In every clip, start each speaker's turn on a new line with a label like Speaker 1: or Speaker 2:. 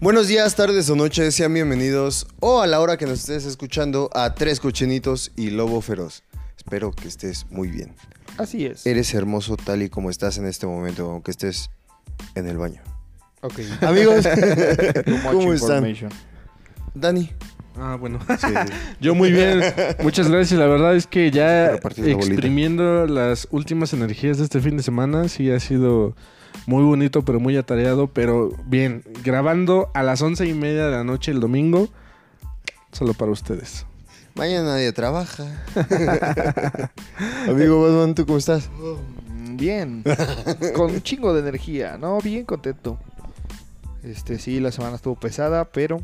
Speaker 1: Buenos días, tardes o noches, sean bienvenidos o a la hora que nos estés escuchando a Tres Cochinitos y Lobo Feroz. Espero que estés muy bien.
Speaker 2: Así es.
Speaker 3: Eh,
Speaker 1: Eres hermoso tal y como estás en este momento, aunque estés en el baño.
Speaker 2: Ok.
Speaker 1: Amigos,
Speaker 3: Too much
Speaker 1: ¿cómo están?
Speaker 3: information.
Speaker 1: Dani.
Speaker 2: Ah, bueno.
Speaker 1: Sí,
Speaker 4: Yo muy bien, muchas gracias. La verdad es que ya
Speaker 1: Pero partí de la bolita.
Speaker 4: exprimiendo las últimas energías de este fin de semana, sí ha sido muy bonito, pero muy atareado. Pero bien, grabando a las once y media de la noche el domingo, solo para ustedes.
Speaker 1: Mañana nadie trabaja. Amigo Batman, ¿tú cómo estás?
Speaker 3: Mm, Bien. Con un chingo de energía. No, bien contento. Este, sí, la semana estuvo pesada, pero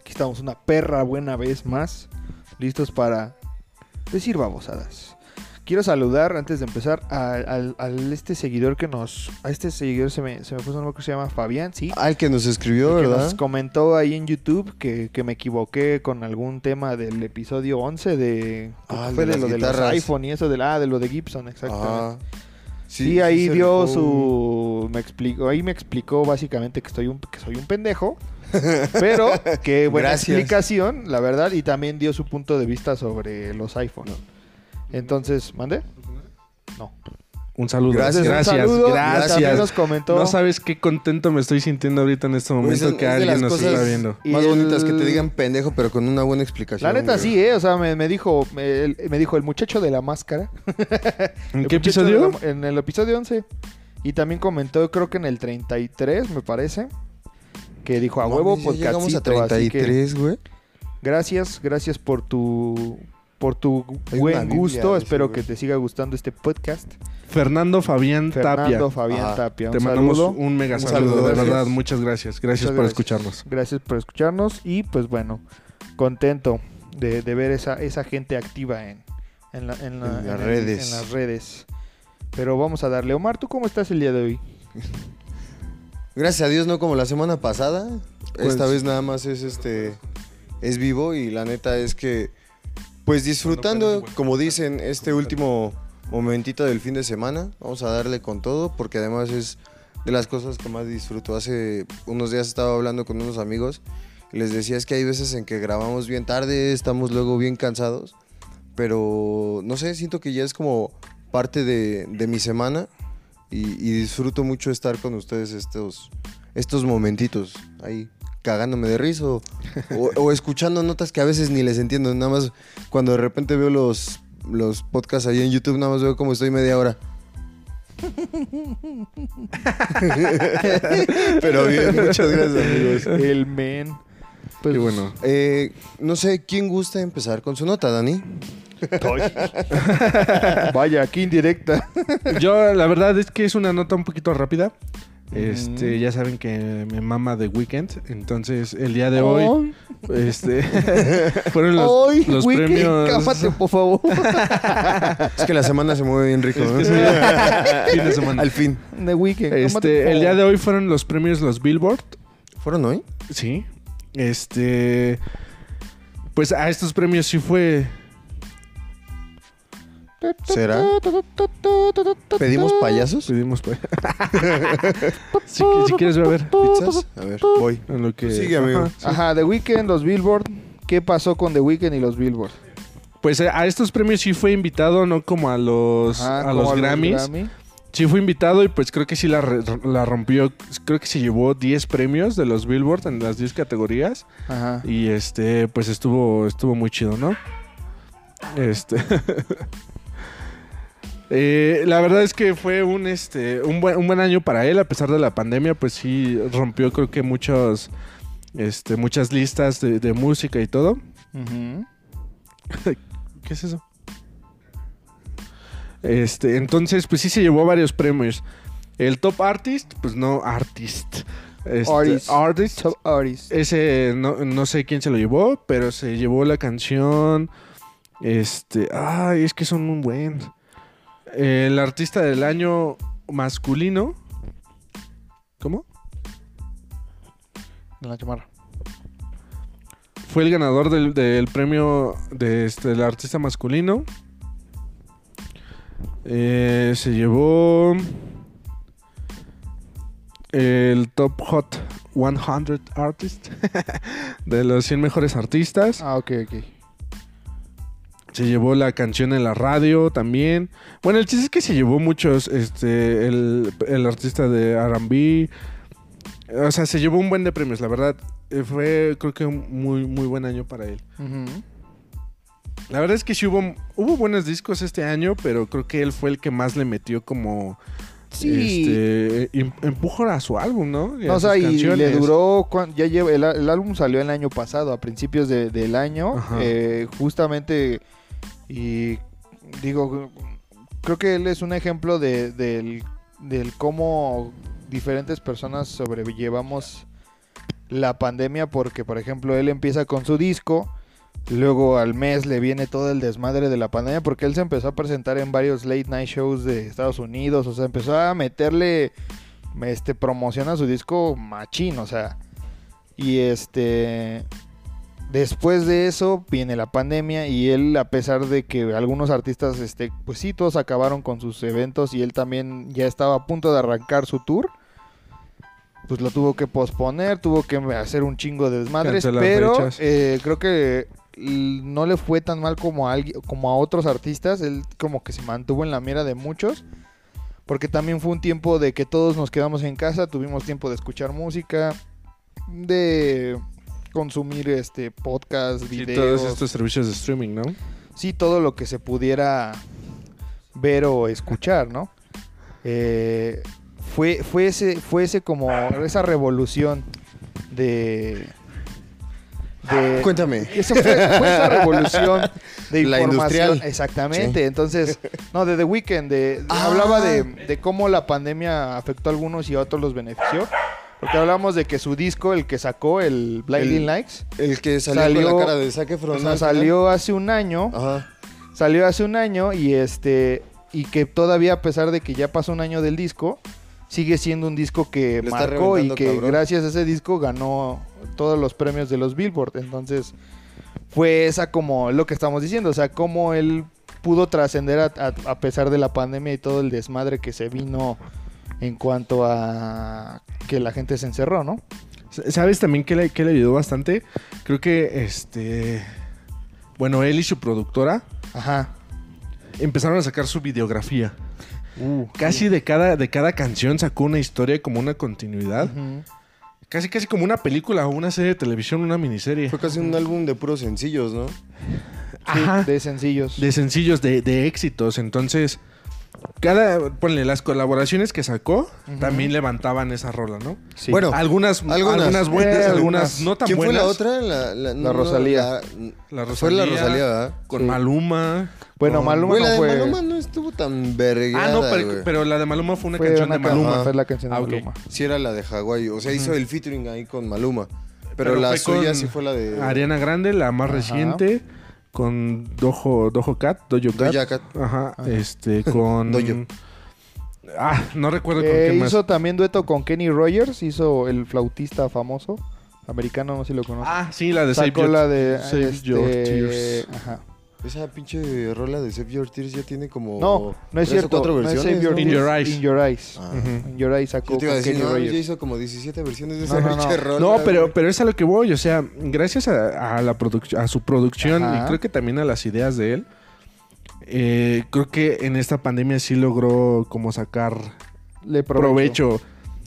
Speaker 3: aquí estamos una perra buena vez más. Listos para decir babosadas. Quiero saludar antes de empezar a, al- al este seguidor que nos. A este seguidor se me, se me puso un nombre que se llama Fabián, sí.
Speaker 1: Al que nos escribió,
Speaker 3: que
Speaker 1: ¿verdad?
Speaker 3: nos comentó ahí en YouTube que, que me equivoqué con algún tema del episodio 11 de...
Speaker 1: Ah,
Speaker 3: fue
Speaker 1: el de las
Speaker 3: de, lo de los
Speaker 1: guitarras.
Speaker 3: iPhone y eso de la... ah, de lo de Gibson,
Speaker 1: Ah,
Speaker 3: exactamente. sí, ahí
Speaker 1: se
Speaker 3: dio
Speaker 1: rifó un-
Speaker 3: su... Me explicó, ahí me explicó básicamente que, estoy un, que soy un pendejo, pero que buena
Speaker 1: Gracias.
Speaker 3: explicación, la verdad, y también dio su punto de vista sobre los iPhone. Entonces, ¿mandé? No.
Speaker 4: Un saludo.
Speaker 1: Gracias,
Speaker 4: Gracias,
Speaker 1: un
Speaker 4: gracias.
Speaker 3: saludo, y también nos comentó...
Speaker 4: No sabes qué contento me estoy sintiendo ahorita en este momento
Speaker 1: Pues es-
Speaker 4: que
Speaker 1: es de las
Speaker 4: alguien nos
Speaker 1: cosas-
Speaker 4: está viendo.
Speaker 3: Y
Speaker 1: Más
Speaker 3: el-
Speaker 1: bonitas que te digan pendejo, pero con una buena explicación.
Speaker 3: La neta
Speaker 1: güey.
Speaker 3: sí, ¿eh? O sea, me, me dijo me, el- me dijo el muchacho de la máscara.
Speaker 4: ¿En
Speaker 3: El
Speaker 4: qué
Speaker 3: muchacho de
Speaker 4: episodio?
Speaker 3: la- en el episodio 11. Y también comentó, creo que en el 33, me parece, que dijo a
Speaker 1: No, pues
Speaker 3: huevo
Speaker 1: ya Llegamos
Speaker 3: podcastito.
Speaker 1: a
Speaker 3: así que
Speaker 1: 33, güey.
Speaker 3: gracias, gracias por tu por tu
Speaker 1: Hay una
Speaker 3: buen
Speaker 1: Biblia,
Speaker 3: gusto.
Speaker 1: dice,
Speaker 3: Espero
Speaker 1: güey.
Speaker 3: que te siga gustando este podcast.
Speaker 4: Fernando Fabián Tapia.
Speaker 3: Fernando Fabián
Speaker 1: Ah,
Speaker 3: Tapia, un
Speaker 4: Te mandamos
Speaker 3: saludo.
Speaker 4: un mega
Speaker 1: Un
Speaker 4: saludo,
Speaker 1: saludo,
Speaker 4: de
Speaker 1: gracias.
Speaker 4: verdad. Muchas gracias. Gracias
Speaker 3: Muchas
Speaker 4: por
Speaker 3: gracias.
Speaker 4: escucharnos.
Speaker 3: Gracias por escucharnos y pues bueno, contento de, de ver esa, esa gente activa en, en la- en la-
Speaker 1: En las
Speaker 3: en-
Speaker 1: redes.
Speaker 3: en las redes. Pero vamos a darle. Omar, ¿tú cómo estás el día de hoy?
Speaker 1: Gracias a Dios, no como la semana pasada.
Speaker 4: Pues-
Speaker 1: Esta vez nada más es este. Es vivo y la neta es que. Pues disfrutando, como dicen, este último momentito del fin de semana. Vamos a darle con todo porque además es de las cosas que más disfruto. Hace unos días estaba hablando con unos amigos y les decía es que hay veces en que grabamos bien tarde, estamos luego bien cansados. Pero no sé, siento que ya es como parte de, de mi semana y, y disfruto mucho estar con ustedes estos, estos momentitos ahí cagándome de risa o, o- o escuchando notas que a veces ni les entiendo. Nada más cuando de repente veo los, los podcasts ahí en YouTube, nada más veo cómo estoy media hora. Pero bien, muchas gracias amigos.
Speaker 3: El men. Pues,
Speaker 4: y bueno,
Speaker 1: Eh, no sé, ¿quién gusta empezar con su nota, Dani?
Speaker 3: Vaya, aquí indirecta.
Speaker 4: yo la verdad es que es una nota un poquito rápida. Este, ya saben que me mama The Weeknd, entonces el día de hoy este fueron los,
Speaker 3: Oh. Hoy,
Speaker 4: los
Speaker 3: Wiki,
Speaker 4: premios
Speaker 3: cámate, por favor.
Speaker 1: Es que la semana se mueve bien rico, ¿no?
Speaker 4: Es que sí, fin de semana.
Speaker 1: Al fin.
Speaker 3: De weekend.
Speaker 4: Este, el día de hoy fueron los premios los Billboard
Speaker 1: ¿Fueron hoy?
Speaker 4: Sí. Este. Pues a estos premios sí fue.
Speaker 1: ¿Será? ¿Pedimos payasos?
Speaker 4: Pedimos. pues. si, si quieres, ve a ver.
Speaker 1: ¿Pizzas? A ver, voy.
Speaker 4: En lo que,
Speaker 1: Pues Sigue, amigo.
Speaker 4: Ajá.
Speaker 3: Ajá, The Weeknd, los Billboard. ¿Qué pasó con The Weeknd y los Billboard?
Speaker 4: Pues eh, a estos premios sí fue invitado, no como a los,
Speaker 3: Ajá,
Speaker 4: a
Speaker 3: ¿cómo
Speaker 4: los Grammys.
Speaker 3: Grammy?
Speaker 4: Sí fue invitado y pues creo que sí la, re- la rompió. Creo que se llevó 10 premios de los Billboard en las 10 categorías.
Speaker 3: Ajá.
Speaker 4: Y este, pues estuvo, estuvo muy chido, ¿no? Este. Eh, la verdad es que fue un, este, un, buen, un buen año para él, a pesar de la pandemia, pues sí rompió creo que muchos, este, muchas listas de, de música y todo.
Speaker 3: Ujú.
Speaker 4: ¿Qué es eso? Este, entonces, pues sí se llevó varios premios. El top artist, pues no artist. Este,
Speaker 3: Artist.
Speaker 4: artist
Speaker 3: Top artist.
Speaker 4: Ese, no, no sé quién se lo llevó, pero se llevó la canción. Este, ay, es que son un buen. El artista del año masculino. ¿Cómo?
Speaker 3: La chamarra.
Speaker 4: Fue el ganador del, del premio de este, del artista masculino. Eh, se llevó el top hot 100 Artists, de los 100 mejores artistas.
Speaker 3: Ah, ok, ok.
Speaker 4: Se llevó la canción en la radio también. Bueno, el chiste es que se llevó muchos, este, el, el artista de R&B. O sea, se llevó un buen de premios, la verdad. Eh, Fue, creo que un muy, muy buen año para él.
Speaker 3: Ujú.
Speaker 4: La verdad es que sí hubo, hubo buenos discos este año, pero creo que él fue el que más le metió como
Speaker 3: Sí.
Speaker 4: este, em- empujo a su álbum, ¿no? Y a
Speaker 3: No, o sea,
Speaker 4: sus
Speaker 3: y le
Speaker 4: canciones.
Speaker 3: duró, cuan- ya lleva, el, a- el álbum salió el año pasado, a principios de- del año,
Speaker 4: Ajá.
Speaker 3: eh, justamente, y digo, creo que él es un ejemplo de, del, del cómo diferentes personas sobrellevamos la pandemia, porque por ejemplo, él empieza con su disco, luego al mes le viene todo el desmadre de la pandemia, porque él se empezó a presentar en varios late night shows de Estados Unidos, o sea, empezó a meterle este, promociona su disco machín, o sea. Y este. Después de eso viene la pandemia y él, a pesar de que algunos artistas, este, pues sí, todos acabaron con sus eventos y él también ya estaba a punto de arrancar su tour, pues lo tuvo que posponer, tuvo que hacer un chingo de desmadres,
Speaker 4: Cancelar
Speaker 3: pero
Speaker 4: fechas.
Speaker 3: eh, creo que l- no le fue tan mal como a, alguien- como a otros artistas, él como que se mantuvo en la mira de muchos, porque también fue un tiempo de que todos nos quedamos en casa, tuvimos tiempo de escuchar música, de consumir este podcast,
Speaker 4: Y
Speaker 3: videos,
Speaker 4: todos estos servicios de streaming, ¿no?
Speaker 3: sí, todo lo que se pudiera ver o escuchar, ¿no? Eh, fue, fue ese, fue ese como esa revolución de, de
Speaker 1: Cuéntame.
Speaker 3: eso fue, fue esa revolución de
Speaker 1: La
Speaker 3: información.
Speaker 1: industrial.
Speaker 3: Exactamente. Entonces, no, de The Weeknd, de- de-
Speaker 1: Ah.
Speaker 3: hablaba de, de cómo la pandemia afectó a algunos y a otros los benefició. Porque hablamos de que su disco, el que sacó, el Blinding
Speaker 1: El-
Speaker 3: Lights,
Speaker 1: El que salió, con
Speaker 3: Salió-
Speaker 1: la cara de Zac Efron,
Speaker 3: o sea,
Speaker 1: ¿no?
Speaker 3: salió hace un año.
Speaker 1: Ajá.
Speaker 3: Salió hace un año y este. Y que todavía, a pesar de que ya pasó un año del disco, sigue siendo un disco que
Speaker 1: Le está
Speaker 3: marcó y
Speaker 1: reventando,
Speaker 3: que
Speaker 1: cabrón.
Speaker 3: gracias a ese disco ganó todos los premios de los Billboard. Entonces, fue esa como lo que estamos diciendo. O sea, cómo él pudo trascender a, a- a pesar de la pandemia y todo el desmadre que se vino en cuanto a que la gente se encerró, ¿no?
Speaker 4: S- ¿Sabes también que le, qué le ayudó bastante? Creo que, este... Bueno, él y su productora
Speaker 3: Ajá.
Speaker 4: empezaron a sacar su videografía. Casi de cada, de cada canción sacó una historia como una continuidad.
Speaker 3: Ujú.
Speaker 4: Casi, casi como una película o una serie de televisión, una miniserie.
Speaker 1: Fue casi un álbum de puros sencillos, ¿no?
Speaker 3: Sí,
Speaker 4: Ajá.
Speaker 3: de sencillos.
Speaker 4: de sencillos, de, de éxitos. Entonces, cada, ponle, las colaboraciones que sacó
Speaker 3: Ujú.
Speaker 4: también levantaban esa rola, ¿no?
Speaker 3: Sí.
Speaker 1: Bueno,
Speaker 4: algunas, algunas,
Speaker 1: algunas.
Speaker 4: buenas,
Speaker 3: Eh,
Speaker 4: algunas
Speaker 3: algunas.
Speaker 4: no tan
Speaker 1: ¿Quién
Speaker 4: buenas.
Speaker 1: fue la otra? La, la, no,
Speaker 3: Rosalía.
Speaker 4: La
Speaker 1: fue la
Speaker 4: Rosalía.
Speaker 1: Rosalía, ¿verdad?
Speaker 4: Con
Speaker 3: Sí.
Speaker 4: Maluma.
Speaker 3: bueno,
Speaker 4: con-
Speaker 3: Maluma
Speaker 1: Güey,
Speaker 3: no
Speaker 1: la de
Speaker 3: fue.
Speaker 1: Maluma no estuvo tan
Speaker 4: Ah,
Speaker 1: vergueada,
Speaker 4: no, pero,
Speaker 1: güey.
Speaker 4: pero la de Maluma fue una
Speaker 3: fue
Speaker 4: canción
Speaker 3: una
Speaker 4: de Maluma.
Speaker 1: Ajá.
Speaker 3: Fue la canción de
Speaker 4: Ah, ok.
Speaker 3: Maluma.
Speaker 1: Sí era la de Hawái. O sea, hizo el featuring ahí con Maluma. Pero,
Speaker 4: Pero
Speaker 1: la
Speaker 4: fue
Speaker 1: suya
Speaker 4: con
Speaker 1: sí fue la de...
Speaker 4: Ariana Grande, la más
Speaker 3: Ajá.
Speaker 4: reciente. Con Dojo, Dojo Cat, Dojo Cat.
Speaker 1: Doja Cat.
Speaker 4: Ajá,
Speaker 3: Ajá.
Speaker 4: este, con...
Speaker 1: Dojo.
Speaker 4: Ah, no recuerdo con
Speaker 3: Eh,
Speaker 4: qué más.
Speaker 3: hizo también dueto con Kenny Rogers, hizo el flautista famoso, americano, no sé si lo conoce.
Speaker 4: Ah, sí, la de Save
Speaker 3: Sacó
Speaker 4: Your-
Speaker 3: la de
Speaker 4: Save
Speaker 3: este,
Speaker 4: Your Tears.
Speaker 3: ajá.
Speaker 1: Esa pinche rola de Save Your Tears ya tiene como...
Speaker 3: No, no
Speaker 1: tres
Speaker 3: es
Speaker 1: o
Speaker 3: cierto.
Speaker 1: Oh. cuatro
Speaker 3: no es
Speaker 1: versiones,
Speaker 3: Save Your
Speaker 1: ¿no?
Speaker 4: In Your
Speaker 3: Tears,
Speaker 4: Eyes.
Speaker 3: In Your Eyes.
Speaker 1: Ah.
Speaker 4: Ujú.
Speaker 3: In Your Eyes sacó
Speaker 1: Yo te iba a
Speaker 3: con
Speaker 1: decir,
Speaker 3: Kenny
Speaker 1: no,
Speaker 3: Rogers.
Speaker 1: ya hizo como 17 versiones de
Speaker 3: No,
Speaker 1: esa
Speaker 3: no, no.
Speaker 1: pinche rola.
Speaker 4: No, pero,
Speaker 1: güey.
Speaker 4: pero es a lo que voy, o sea, gracias a, a la produc- a su producción
Speaker 3: Ajá.
Speaker 4: y creo que también a las ideas de él, eh, creo que en esta pandemia sí logró como sacar
Speaker 3: Le provecho.
Speaker 4: provecho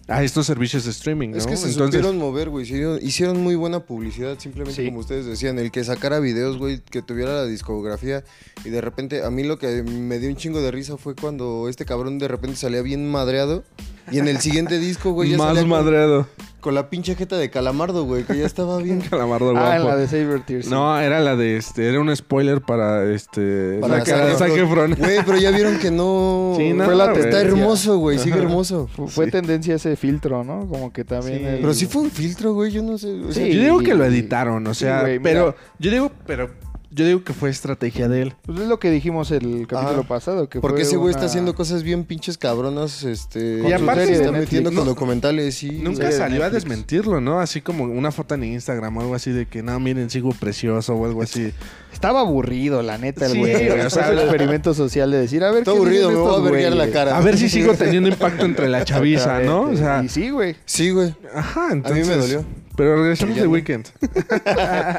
Speaker 4: a estos servicios de streaming, ¿no?
Speaker 1: Es que se supieron mover, güey. Hicieron, hicieron muy buena publicidad, simplemente
Speaker 3: Sí.
Speaker 1: como ustedes decían. El que sacara videos, güey, que tuviera la discografía. Y de repente, a mí lo que me dio un chingo de risa fue cuando este cabrón de repente salía bien madreado. Y en el siguiente disco, güey, ya salía
Speaker 4: más
Speaker 1: con-
Speaker 4: madreado.
Speaker 1: Con, la pinche jeta de calamardo, güey, que ya estaba bien.
Speaker 4: Calamardo
Speaker 3: Ah, en
Speaker 4: guapo.
Speaker 3: la de Save Your Tears. sí.
Speaker 4: No, era la de este, era un spoiler para este
Speaker 1: Para
Speaker 4: la cara de
Speaker 1: Zac
Speaker 4: Zac
Speaker 1: Efron.
Speaker 4: Efron.
Speaker 1: Güey, pero ya vieron que no.
Speaker 4: Sí, no,
Speaker 1: Fue la
Speaker 4: güey.
Speaker 1: Está hermoso, güey, sigue hermoso.
Speaker 3: Fu- Fue tendencia ese filtro, ¿no? Como que también.
Speaker 4: Sí.
Speaker 3: el-
Speaker 1: Pero sí fue un filtro, güey, yo no sé. o sea,
Speaker 3: Sí.
Speaker 4: Yo digo que lo editaron, o
Speaker 3: Sí,
Speaker 4: sea,
Speaker 3: güey, mira.
Speaker 4: pero yo digo, pero yo digo que fue estrategia de él.
Speaker 3: Pues es lo que dijimos el capítulo
Speaker 1: Ah,
Speaker 3: pasado. Que
Speaker 1: Porque
Speaker 3: fue
Speaker 1: ese güey
Speaker 3: una-
Speaker 1: está haciendo cosas bien pinches cabronas, este...
Speaker 4: Con su
Speaker 1: aparte
Speaker 4: serie
Speaker 1: se
Speaker 4: de
Speaker 1: está
Speaker 3: Netflix.
Speaker 1: metiendo con
Speaker 4: No.
Speaker 1: documentales y...
Speaker 4: Nunca
Speaker 3: de
Speaker 4: salió a
Speaker 3: Netflix.
Speaker 4: desmentirlo, ¿no? Así como una foto en Instagram o algo así de que, no, miren, sigo precioso o algo así.
Speaker 3: Estaba aburrido, la neta, el
Speaker 4: Sí,
Speaker 3: güey.
Speaker 4: güey, o
Speaker 3: o
Speaker 4: sea,
Speaker 3: el experimento social de decir, a ver,
Speaker 1: Está
Speaker 3: este ¿qué
Speaker 1: aburrido, me
Speaker 3: dicen
Speaker 1: voy a
Speaker 3: estos
Speaker 1: verguear la
Speaker 3: güeyes?
Speaker 1: cara.
Speaker 4: A ver si sigo teniendo impacto entre la chaviza, ¿no? O sea,
Speaker 3: este, y sí, güey.
Speaker 1: Sí, güey.
Speaker 4: ajá,
Speaker 1: A mí
Speaker 4: entonces.
Speaker 1: me dolió.
Speaker 4: Pero regresando de Weekend.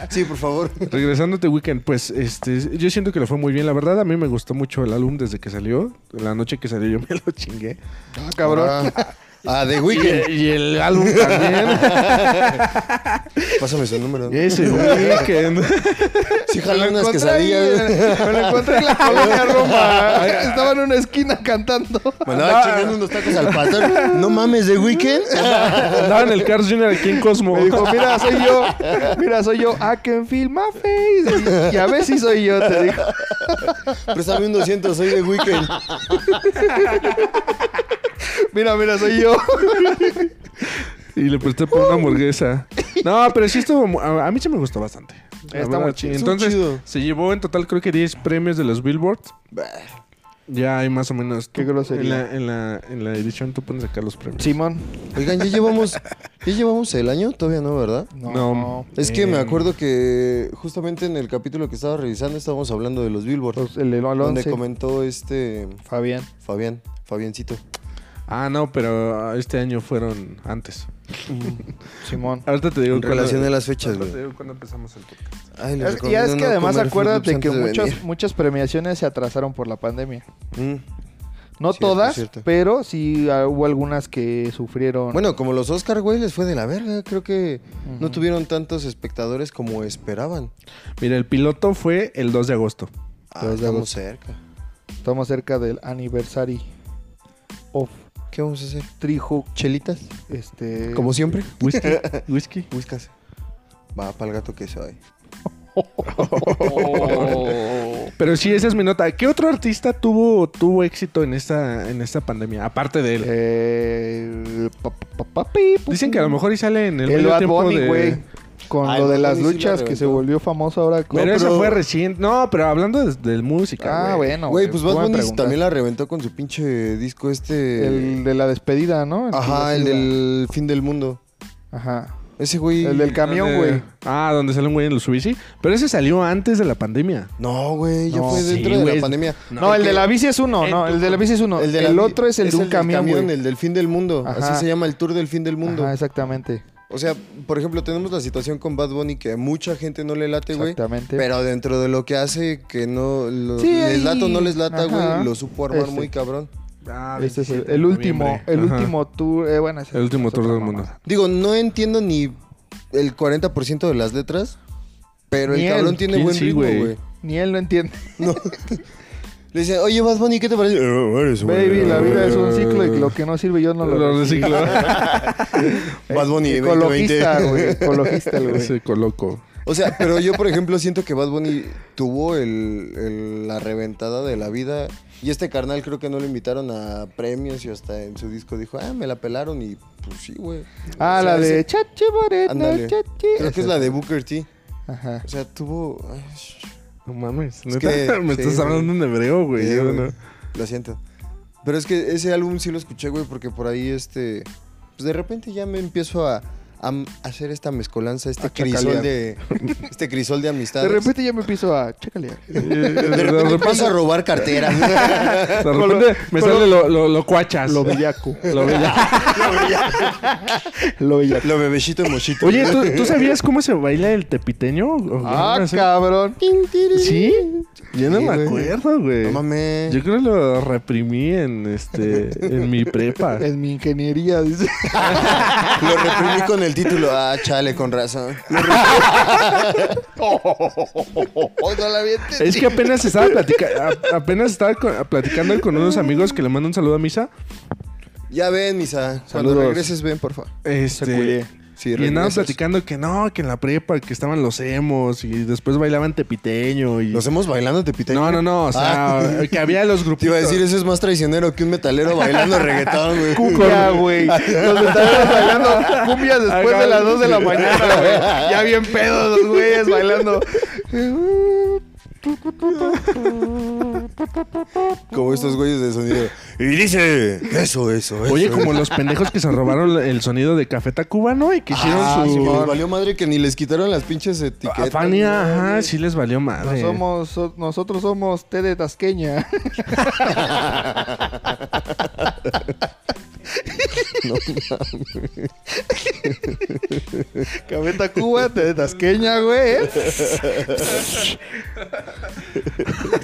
Speaker 1: Sí, por favor.
Speaker 4: Regresándote Weekend, pues este, yo siento que le fue muy bien. La verdad, a mí me gustó mucho el álbum desde que salió. La noche que salió yo me lo chingué.
Speaker 3: Ah, cabrón.
Speaker 1: Ah, ah, The Weeknd.
Speaker 4: Y el álbum también.
Speaker 1: Pásame su número.
Speaker 4: Ese Weekend.
Speaker 1: Sí, jala unas
Speaker 3: encontré
Speaker 1: quesadillas.
Speaker 3: ahí, Me lo encontré en la colonia Roma. Estaba en una esquina cantando.
Speaker 1: Mandaba chingando unos tacos al pastor. No mames, de weekend.
Speaker 4: Andaba en el Carl Jr. aquí en Cosmo.
Speaker 3: Me dijo, mira, soy yo. Mira, soy yo. I can feel my face. Y, y a ver si soy yo, te dijo.
Speaker 1: Préstame un 200, soy de weekend.
Speaker 3: Mira, mira, soy yo.
Speaker 4: Y le presté
Speaker 1: Uh.
Speaker 4: por una hamburguesa. No, pero sí estuvo. mu- A, a mí sí me gustó bastante. La
Speaker 3: Está muy
Speaker 4: verdad,
Speaker 3: chido.
Speaker 4: sí. Entonces,
Speaker 1: Estuvo chido.
Speaker 4: se llevó en total, creo que 10 premios de los Billboard. Ya hay más o menos. tú-
Speaker 3: Qué grosería.
Speaker 4: En la, en, la, en la edición tú puedes sacar los premios.
Speaker 3: Simón.
Speaker 1: Oigan, ya llevamos, ya llevamos el año, todavía no, ¿verdad?
Speaker 4: No.
Speaker 1: Es que me
Speaker 4: Eh.
Speaker 1: acuerdo que justamente en el capítulo que estaba revisando estábamos hablando de los Billboard.
Speaker 3: Pues, el de
Speaker 1: donde
Speaker 3: Alonso.
Speaker 1: comentó este
Speaker 3: Fabián.
Speaker 1: Fabián, Fabiancito.
Speaker 4: Ah, no, pero este año fueron antes.
Speaker 3: Simón.
Speaker 4: Ahorita te digo cuándo-
Speaker 1: Relacioné las fechas,
Speaker 4: ahorita
Speaker 1: güey.
Speaker 4: te digo cuándo empezamos el podcast.
Speaker 1: Ay, les
Speaker 3: Es- y es
Speaker 1: recomiendo
Speaker 3: que
Speaker 1: no
Speaker 3: además
Speaker 1: comer
Speaker 3: acuérdate
Speaker 1: frutos
Speaker 3: que
Speaker 1: antes de
Speaker 3: muchas,
Speaker 1: venir.
Speaker 3: muchas premiaciones se atrasaron por la pandemia.
Speaker 1: Mm.
Speaker 3: No
Speaker 1: Cierto,
Speaker 3: todas,
Speaker 1: cierto.
Speaker 3: pero sí ah, hubo algunas que sufrieron.
Speaker 1: Bueno, como los Oscar, güey, les fue de la verga. Creo que no
Speaker 3: Ujú.
Speaker 1: tuvieron tantos espectadores como esperaban.
Speaker 4: Mira, el piloto fue el 2 de agosto.
Speaker 1: Ah,
Speaker 3: Pero es de
Speaker 1: estamos
Speaker 3: agosto.
Speaker 1: cerca.
Speaker 3: Estamos cerca del anniversary of
Speaker 1: ¿Qué vamos a hacer?
Speaker 3: Trihook.
Speaker 1: ¿Chelitas?
Speaker 3: Este.
Speaker 1: Como siempre.
Speaker 4: Whisky. Whisky.
Speaker 1: Whiskas. Va para el gato que se va. ahí.
Speaker 4: Pero sí, esa es mi nota. ¿Qué otro artista tuvo, tuvo éxito en esta, en esta pandemia? Aparte de él.
Speaker 3: Eh, pa- pa- pa- papi, pu-
Speaker 4: Dicen que a lo mejor y sale en el,
Speaker 3: El,
Speaker 4: medio
Speaker 3: Bad
Speaker 4: tiempo
Speaker 3: Bunny,
Speaker 4: de-
Speaker 3: güey. Con
Speaker 1: Ah, el
Speaker 3: lo de
Speaker 1: Bad
Speaker 3: las
Speaker 1: Bunny sí la
Speaker 3: luchas que se
Speaker 1: reventó.
Speaker 3: volvió famoso ahora.
Speaker 4: Pero
Speaker 3: No,
Speaker 4: eso fue reciente. No, pero hablando de, de música.
Speaker 3: Ah,
Speaker 4: güey.
Speaker 3: bueno.
Speaker 1: Güey, pues
Speaker 3: ¿cómo
Speaker 1: Bad
Speaker 3: me
Speaker 1: Bunny
Speaker 3: preguntas?
Speaker 1: también la reventó con su pinche disco este.
Speaker 3: El de la despedida, ¿no?
Speaker 1: Ajá,
Speaker 3: que
Speaker 1: el
Speaker 3: se iba.
Speaker 1: del fin del mundo.
Speaker 3: Ajá.
Speaker 1: Ese güey.
Speaker 3: El del camión,
Speaker 4: Donde-
Speaker 3: güey.
Speaker 4: Ah, donde sale un güey en su bici. Pero ese salió antes de la pandemia.
Speaker 1: No, güey, ya
Speaker 3: No.
Speaker 1: fue
Speaker 4: Sí,
Speaker 1: dentro de
Speaker 4: güey.
Speaker 1: la pandemia.
Speaker 3: No, el de la bici es uno, no, el de la bici es uno. El,
Speaker 1: de la-
Speaker 3: otro es el de un
Speaker 1: del
Speaker 3: camión, güey.
Speaker 1: el del fin del mundo.
Speaker 3: Ajá.
Speaker 1: Así se llama el tour del fin del mundo.
Speaker 3: Ajá, exactamente.
Speaker 1: O sea, por ejemplo, tenemos la situación con Bad Bunny que a mucha gente no le late, güey.
Speaker 3: Exactamente.
Speaker 1: Pero dentro de lo que hace, que no lo-
Speaker 3: Sí,
Speaker 1: les
Speaker 3: ahí-
Speaker 1: lata o no les lata,
Speaker 3: ajá.
Speaker 1: güey, lo supo armar
Speaker 3: Este.
Speaker 1: muy cabrón.
Speaker 4: Ah,
Speaker 3: este es el,
Speaker 4: 27
Speaker 3: el
Speaker 4: de
Speaker 3: último,
Speaker 4: noviembre.
Speaker 3: el
Speaker 4: Ajá.
Speaker 3: último tour, eh, bueno, ese
Speaker 4: El último
Speaker 3: es
Speaker 4: tour
Speaker 3: otra
Speaker 4: del
Speaker 3: mamada.
Speaker 4: mundo.
Speaker 1: Digo, no entiendo ni el 40% de las letras, pero
Speaker 3: Ni
Speaker 1: el cabrón
Speaker 3: él.
Speaker 1: tiene
Speaker 4: ¿Quién
Speaker 1: buen
Speaker 4: sí,
Speaker 1: ritmo,
Speaker 4: güey?
Speaker 1: güey.
Speaker 3: Ni él lo entiende.
Speaker 1: Le dice, oye, Bad Bunny, ¿qué te parece? Eh, eres un-
Speaker 3: Baby, la vida es un ciclo y lo que no sirve yo no lo,
Speaker 4: eh, Lo recicló.
Speaker 1: Bad Bunny,
Speaker 3: Ecologista,
Speaker 1: 2020.
Speaker 3: güey. Ecologista, el güey.
Speaker 4: Ese coloco.
Speaker 1: O sea, pero yo, por ejemplo, siento que Bad Bunny tuvo el, el- la reventada de la vida. Y este carnal creo que no lo invitaron a premios y hasta en su disco dijo, ah, me la pelaron y pues sí, güey.
Speaker 3: Ah,
Speaker 1: O sea,
Speaker 3: la de
Speaker 1: sí,
Speaker 3: Chachi Moreno,
Speaker 1: Ándale.
Speaker 3: Chachi.
Speaker 1: Creo que es la de Booker T.
Speaker 3: Ajá.
Speaker 1: O sea, tuvo... ay,
Speaker 4: No mames.
Speaker 1: Es
Speaker 4: neta,
Speaker 1: que-
Speaker 4: me
Speaker 1: sí,
Speaker 4: estás
Speaker 1: güey.
Speaker 4: hablando en hebreo, güey.
Speaker 1: sí,
Speaker 4: Yo
Speaker 1: güey.
Speaker 4: no.
Speaker 1: Lo siento. Pero es que ese álbum sí lo escuché, güey, porque por ahí este... Pues de repente ya me empiezo a, a m- hacer esta mezcolanza, este
Speaker 3: A
Speaker 1: crisol
Speaker 3: chacalear.
Speaker 1: de... Este crisol de amistad.
Speaker 3: De repente ya me empiezo a checalear.
Speaker 4: De
Speaker 1: paso a robar carteras.
Speaker 4: De repente me sale lo, lo, lo cuachas.
Speaker 3: Lo bellaco.
Speaker 4: Lo bellaco.
Speaker 3: Lo bellaco.
Speaker 1: Lo bebecito mochito.
Speaker 4: Oye, ¿tú, tú sabías cómo se baila el tepiteño? ¿O- o-
Speaker 3: Ah,
Speaker 4: no sé?
Speaker 3: cabrón.
Speaker 4: ¿Sí? Yo no
Speaker 1: Sí,
Speaker 4: me
Speaker 1: güey.
Speaker 4: acuerdo, güey.
Speaker 1: No mames.
Speaker 4: Yo creo que lo reprimí en este en mi prepa.
Speaker 3: En mi ingeniería, dice.
Speaker 1: Lo reprimí con el título. Ah, chale, con razón.
Speaker 4: Es que apenas estaba platicando apenas estaba co- platicando con unos amigos que le mando un saludo a misa.
Speaker 1: Ya ven, misa. Cuando
Speaker 3: Saludos.
Speaker 1: regreses, ven, por favor.
Speaker 4: Este
Speaker 1: Sí,
Speaker 4: y andaban
Speaker 1: regresas.
Speaker 4: platicando que no, que en la prepa que estaban los emos y después bailaban tepiteño y
Speaker 1: Nos hemos bailando, te pita.
Speaker 4: No, no, no, o sea, que había los grupos.
Speaker 1: Ah. Te iba a decir, eso es más traicionero que un metalero bailando reggaetón, güey.
Speaker 3: Cumbia, güey. Los estaban bailando cumbia después de las 2 de la mañana, güey. Ya bien pedos los güeyes bailando.
Speaker 1: Como estos güeyes de sonido. Y dice, eso, eso, eso.
Speaker 4: Oye, como los pendejos que se robaron el sonido de Café Tacuba, ¿no? Y que hicieron
Speaker 1: Ah, sí, que les
Speaker 4: su...
Speaker 1: valió madre que ni les quitaron las pinches
Speaker 4: A
Speaker 1: etiquetas.
Speaker 4: Fania, ajá, sí les valió madre.
Speaker 3: Somos, so- nosotros somos T de Tasqueña. Cabeta Cuba, T de Tasqueña, güey.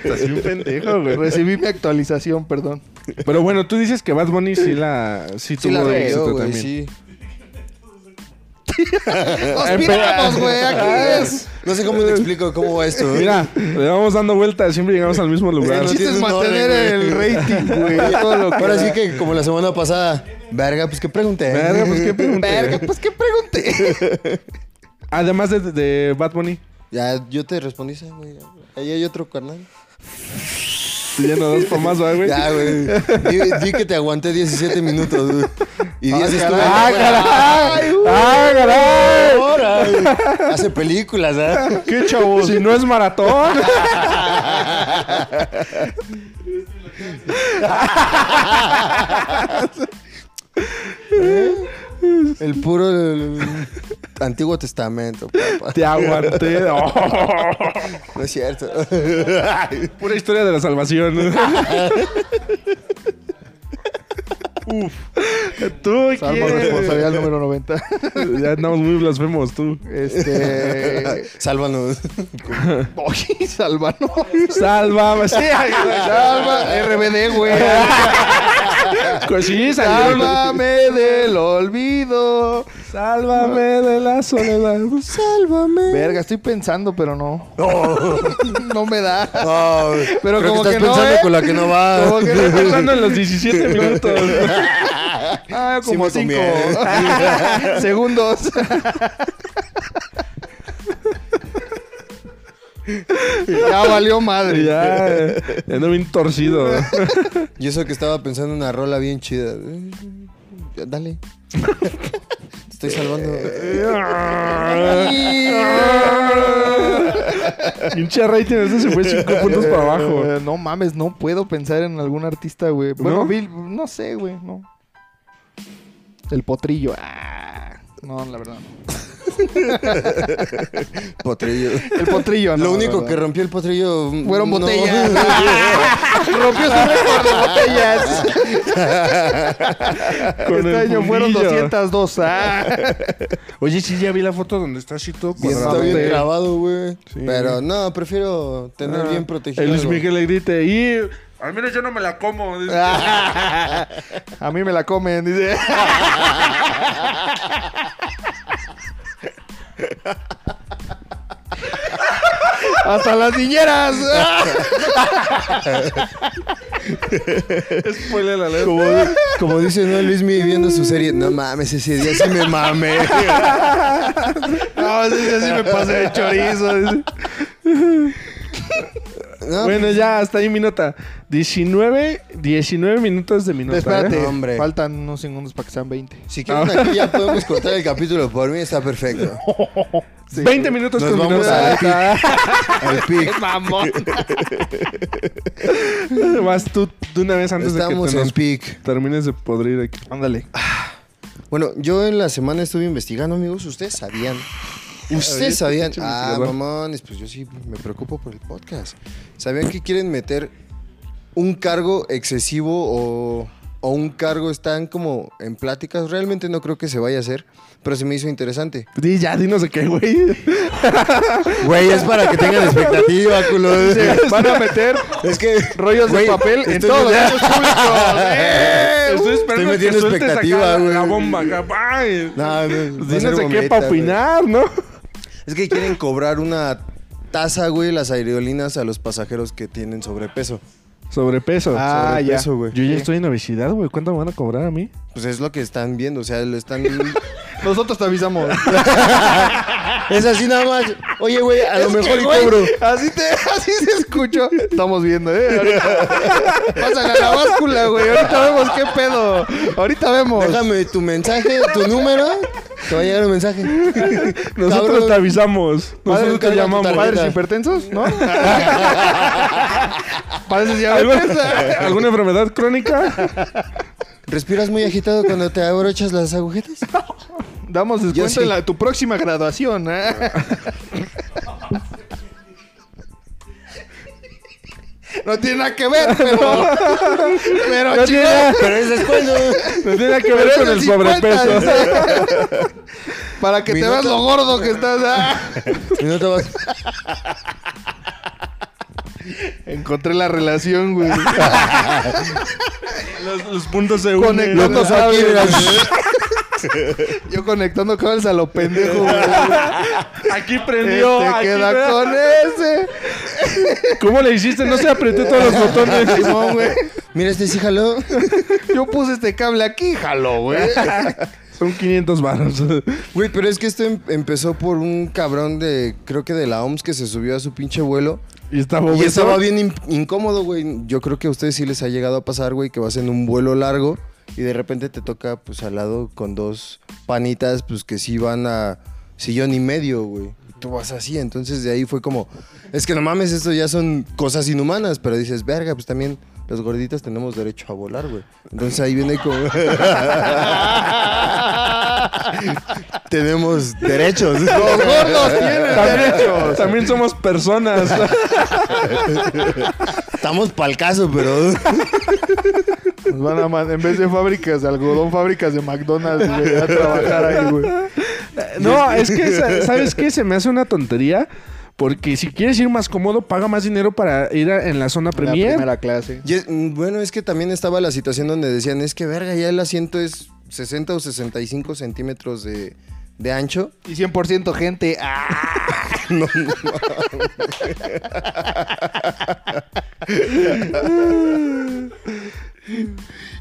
Speaker 4: Estás bien pendejo, güey.
Speaker 3: Recibí mi actualización, perdón.
Speaker 4: Pero bueno, tú dices que Bad Bunny sí la... Sí,
Speaker 1: Sí
Speaker 4: tuvo
Speaker 1: la
Speaker 4: éxito
Speaker 1: veo, güey,
Speaker 4: también.
Speaker 1: sí.
Speaker 3: Eh, ¡Conspiramos, güey! ¡Aquí es!
Speaker 1: No sé cómo te explico cómo va esto. ¿eh?
Speaker 4: Mira, le vamos dando vueltas, siempre llegamos al mismo
Speaker 1: no
Speaker 4: lugar.
Speaker 3: El chiste
Speaker 1: tienes
Speaker 3: es
Speaker 1: un
Speaker 3: mantener
Speaker 1: orden,
Speaker 3: el
Speaker 1: güey.
Speaker 3: rating, güey. Todo lo que
Speaker 1: Ahora
Speaker 3: da.
Speaker 1: sí que como la semana pasada. Verga, pues qué pregunté.
Speaker 4: Verga, pues qué pregunté.
Speaker 3: Verga, pues qué pregunté.
Speaker 4: Además de, de Bad Bunny,
Speaker 1: Ya, yo te respondí esa, güey. Ahí hay otro carnal.
Speaker 4: tú ya no das pa' más, ¿verdad, ¿eh, güey.
Speaker 1: Ya, güey. Di, di que te aguanté 17 minutos, güey. Y 10 estuve.
Speaker 3: Ah, caray.
Speaker 1: afuera.
Speaker 4: caray!
Speaker 3: uh.
Speaker 4: ¡Ah, caray!
Speaker 1: Ahora, güey. Hace películas, ¿ah?
Speaker 4: ¡Qué chavos! Si no es maratón.
Speaker 1: El puro el- el Antiguo Testamento, papá.
Speaker 4: Te aguanté. Oh,
Speaker 1: No es cierto.
Speaker 4: Pura historia de la salvación. Uf. Tú
Speaker 3: Salvo
Speaker 4: quieres.
Speaker 3: responsabilidad número 90.
Speaker 4: Ya andamos muy blasfemos, tú.
Speaker 3: Este.
Speaker 1: Sálvanos.
Speaker 3: Oye, salva, no.
Speaker 4: Salva. Sí, ay,
Speaker 3: Salva, RBD, güey.
Speaker 4: pues sí, salieron-
Speaker 3: Sálvame del olvido.
Speaker 4: Sálvame de la soledad. Sálvame.
Speaker 3: Verga, estoy pensando, pero no.
Speaker 1: No.
Speaker 3: No me da.
Speaker 1: No,
Speaker 3: Pero
Speaker 1: creo
Speaker 3: como
Speaker 1: que estás
Speaker 3: que no,
Speaker 1: pensando
Speaker 3: ¿eh?
Speaker 1: con la que no va.
Speaker 3: Como que
Speaker 4: Estoy pensando en los 17 minutos.
Speaker 3: Ah,
Speaker 1: Sí
Speaker 3: como
Speaker 1: me
Speaker 3: cinco
Speaker 1: conviene.
Speaker 3: segundos. ya valió madre.
Speaker 4: ya, ya ando bien torcido.
Speaker 1: Y eso que estaba pensando en una rola bien chida. Eh, ya, Dale. Te estoy salvando.
Speaker 4: Pinche rating, este se fue 5 puntos para abajo.
Speaker 3: Eh, no mames, no puedo pensar en algún artista, güey. Bueno,
Speaker 4: ¿No?
Speaker 3: Bill, no sé, güey, no. El potrillo. Ah, no, la verdad. no.
Speaker 1: Potrillo.
Speaker 3: El potrillo, no,
Speaker 1: Lo
Speaker 3: la
Speaker 1: único que
Speaker 3: verdad.
Speaker 1: rompió el potrillo. mm,
Speaker 3: fueron
Speaker 1: no.
Speaker 3: botellas. Rompió su récord de botellas.
Speaker 4: Con
Speaker 3: este
Speaker 4: el
Speaker 3: año fueron
Speaker 4: fundillo.
Speaker 3: 202. Ah.
Speaker 4: Oye, sí, ya vi la foto donde está así todo
Speaker 1: Y está
Speaker 4: cuadrado.
Speaker 1: bien
Speaker 3: Sí.
Speaker 1: grabado, güey.
Speaker 4: Sí.
Speaker 1: Pero no, prefiero tener
Speaker 4: Ah,
Speaker 1: bien protegido.
Speaker 4: El Luis
Speaker 1: algo.
Speaker 4: Miguel le grite y... Al menos yo no me la como. dice.
Speaker 3: A mí me la comen, dice. Hasta las niñeras.
Speaker 4: Spoiler alert.
Speaker 1: Como, como dice ¿no? Luis Miguel viendo su serie. No mames, ese día sí me mamé.
Speaker 3: No, sí, sí me pasé de chorizo. dice.
Speaker 1: No,
Speaker 4: Bueno, ya, hasta ahí mi nota. 19, 19 minutos de mi nota.
Speaker 3: Espérate,
Speaker 4: ¿eh?
Speaker 1: No, hombre.
Speaker 3: Este, faltan unos segundos para que sean 20.
Speaker 1: Si quieren aquí ya podemos cortar el capítulo. Por mí está perfecto.
Speaker 4: 20 minutos
Speaker 1: Nos
Speaker 4: con mi
Speaker 1: vamos
Speaker 4: nota.
Speaker 1: al pic. Al pic.
Speaker 3: Mamón.
Speaker 4: Vas tú de una vez antes de
Speaker 1: Estamos
Speaker 4: que te
Speaker 1: en
Speaker 4: nos
Speaker 1: pic.
Speaker 4: termines de podrir aquí.
Speaker 3: Ándale.
Speaker 1: Bueno, yo en la semana estuve investigando, amigos. Ustedes sabían. Ustedes sabían.
Speaker 4: pinche
Speaker 1: Ah,
Speaker 4: investigador.
Speaker 1: mamones, pues yo sí me preocupo por el podcast. ¿Sabían que quieren meter un cargo excesivo o, o un cargo están como en pláticas? Realmente no creo que se vaya a hacer, pero se me hizo interesante.
Speaker 4: Di ya, dinos de qué, güey.
Speaker 1: Güey, es para que tengan expectativa, culo.
Speaker 3: Van a meter
Speaker 1: Es que.
Speaker 3: rollos
Speaker 1: Güey,
Speaker 3: de papel en
Speaker 1: estoy
Speaker 3: todos los
Speaker 1: viendo-
Speaker 3: baños públicos. ¡Eh!
Speaker 1: uh,
Speaker 4: Estoy esperando
Speaker 1: estoy metiendo
Speaker 4: que sueltes
Speaker 1: expectativa,
Speaker 4: acá la-
Speaker 1: güey.
Speaker 4: la bomba. acá, ¡ay!
Speaker 1: No, Pues no, va a ser
Speaker 4: Dinos de qué
Speaker 1: boleta,
Speaker 4: para
Speaker 1: güey.
Speaker 4: opinar, ¿no?
Speaker 1: Es que quieren cobrar una tasa, güey, las aerolíneas a los pasajeros que tienen sobrepeso.
Speaker 4: Sobrepeso.
Speaker 3: Ah, ya.
Speaker 1: Sobrepeso, güey.
Speaker 4: Yo ya estoy en obesidad, güey. ¿Cuánto me van a cobrar a mí?
Speaker 1: Pues es lo que están viendo, o sea, lo están
Speaker 3: Nosotros te avisamos.
Speaker 1: Es así nada más. Oye, güey, a lo mejor y
Speaker 3: Güey,
Speaker 1: cobro.
Speaker 3: Así, te, así se escuchó. Estamos viendo, ¿eh? Ahorita. Pásale a la báscula, güey. Ahorita vemos qué pedo. Ahorita vemos.
Speaker 1: Déjame tu mensaje, tu número. Te va a llegar un mensaje.
Speaker 3: Pues
Speaker 4: Nosotros
Speaker 1: Cabrón.
Speaker 4: te avisamos.
Speaker 1: Padre,
Speaker 4: Nosotros te
Speaker 1: carga tu
Speaker 4: llamamos.
Speaker 1: tarjeta.
Speaker 3: ¿Padres hipertensos? ¿No? Pareces ya ¿eh?
Speaker 4: ¿Alguna, alguna enfermedad crónica?
Speaker 1: ¿Respiras muy agitado cuando te abrochas las agujetas?
Speaker 3: Damos descuento
Speaker 1: sí.
Speaker 3: en la- tu próxima graduación. ¿eh? No tiene nada que ver, pero. Pero,
Speaker 4: No tiene,
Speaker 3: chingada,
Speaker 4: nada-
Speaker 1: Pero es descuento.
Speaker 4: no tiene nada que
Speaker 3: pero
Speaker 4: ver
Speaker 3: es
Speaker 4: con
Speaker 3: del
Speaker 4: el
Speaker 3: 50,
Speaker 4: sobrepeso.
Speaker 3: dice. Para que
Speaker 1: Mi
Speaker 3: te veas
Speaker 1: nota-
Speaker 3: lo gordo que estás. ¿ah?
Speaker 1: Y no te vas-
Speaker 3: Encontré la relación, güey.
Speaker 4: Los, los puntos se
Speaker 3: Con
Speaker 4: unen.
Speaker 3: el-
Speaker 1: Los dos aquí, mira.
Speaker 3: Yo conectando cables a lo pendejo, güey.
Speaker 4: Aquí prendió.
Speaker 1: Este,
Speaker 3: Te
Speaker 4: aquí
Speaker 3: queda
Speaker 4: prendió.
Speaker 3: con ese.
Speaker 4: ¿Cómo le hiciste? No se apreté todos los botones.
Speaker 3: Simón, güey.
Speaker 1: Mira, este sí jaló.
Speaker 3: Yo puse este cable aquí, jalo, güey.
Speaker 4: Son 500 baros.
Speaker 1: Güey, pero es que esto em- empezó por un cabrón de, creo que de la OMS que se subió a su pinche vuelo.
Speaker 4: Y estaba
Speaker 1: Y
Speaker 4: obeso.
Speaker 1: estaba bien in- incómodo, güey. Yo creo que a ustedes sí les ha llegado a pasar, güey, que vas en un vuelo largo y de repente te toca, pues, al lado con dos panitas, pues, que sí van a sillón y medio, güey. Y Tú vas así, entonces de ahí fue como, es que no mames, esto ya son cosas inhumanas, pero dices, verga, pues también los gorditos tenemos derecho a volar, güey. Entonces ahí viene como... tenemos derechos.
Speaker 3: Los gordos tienen derechos.
Speaker 4: También somos personas.
Speaker 1: Estamos pa'l caso, pero...
Speaker 3: Nos van a man- en vez de fábricas de algodón, fábricas de McDonald's, güey, a trabajar ahí, güey.
Speaker 4: No, es que, sa- ¿sabes qué? Se me hace una tontería. Porque si quieres ir más cómodo, paga más dinero para ir a- en la zona
Speaker 3: La
Speaker 4: premier.
Speaker 3: primera clase.
Speaker 1: Y es- mm, bueno, es que también estaba la situación donde decían, es que verga, ya el asiento es 60 o 65 centímetros de, de ancho.
Speaker 3: Y 100% gente. ¡ah!
Speaker 1: No, no.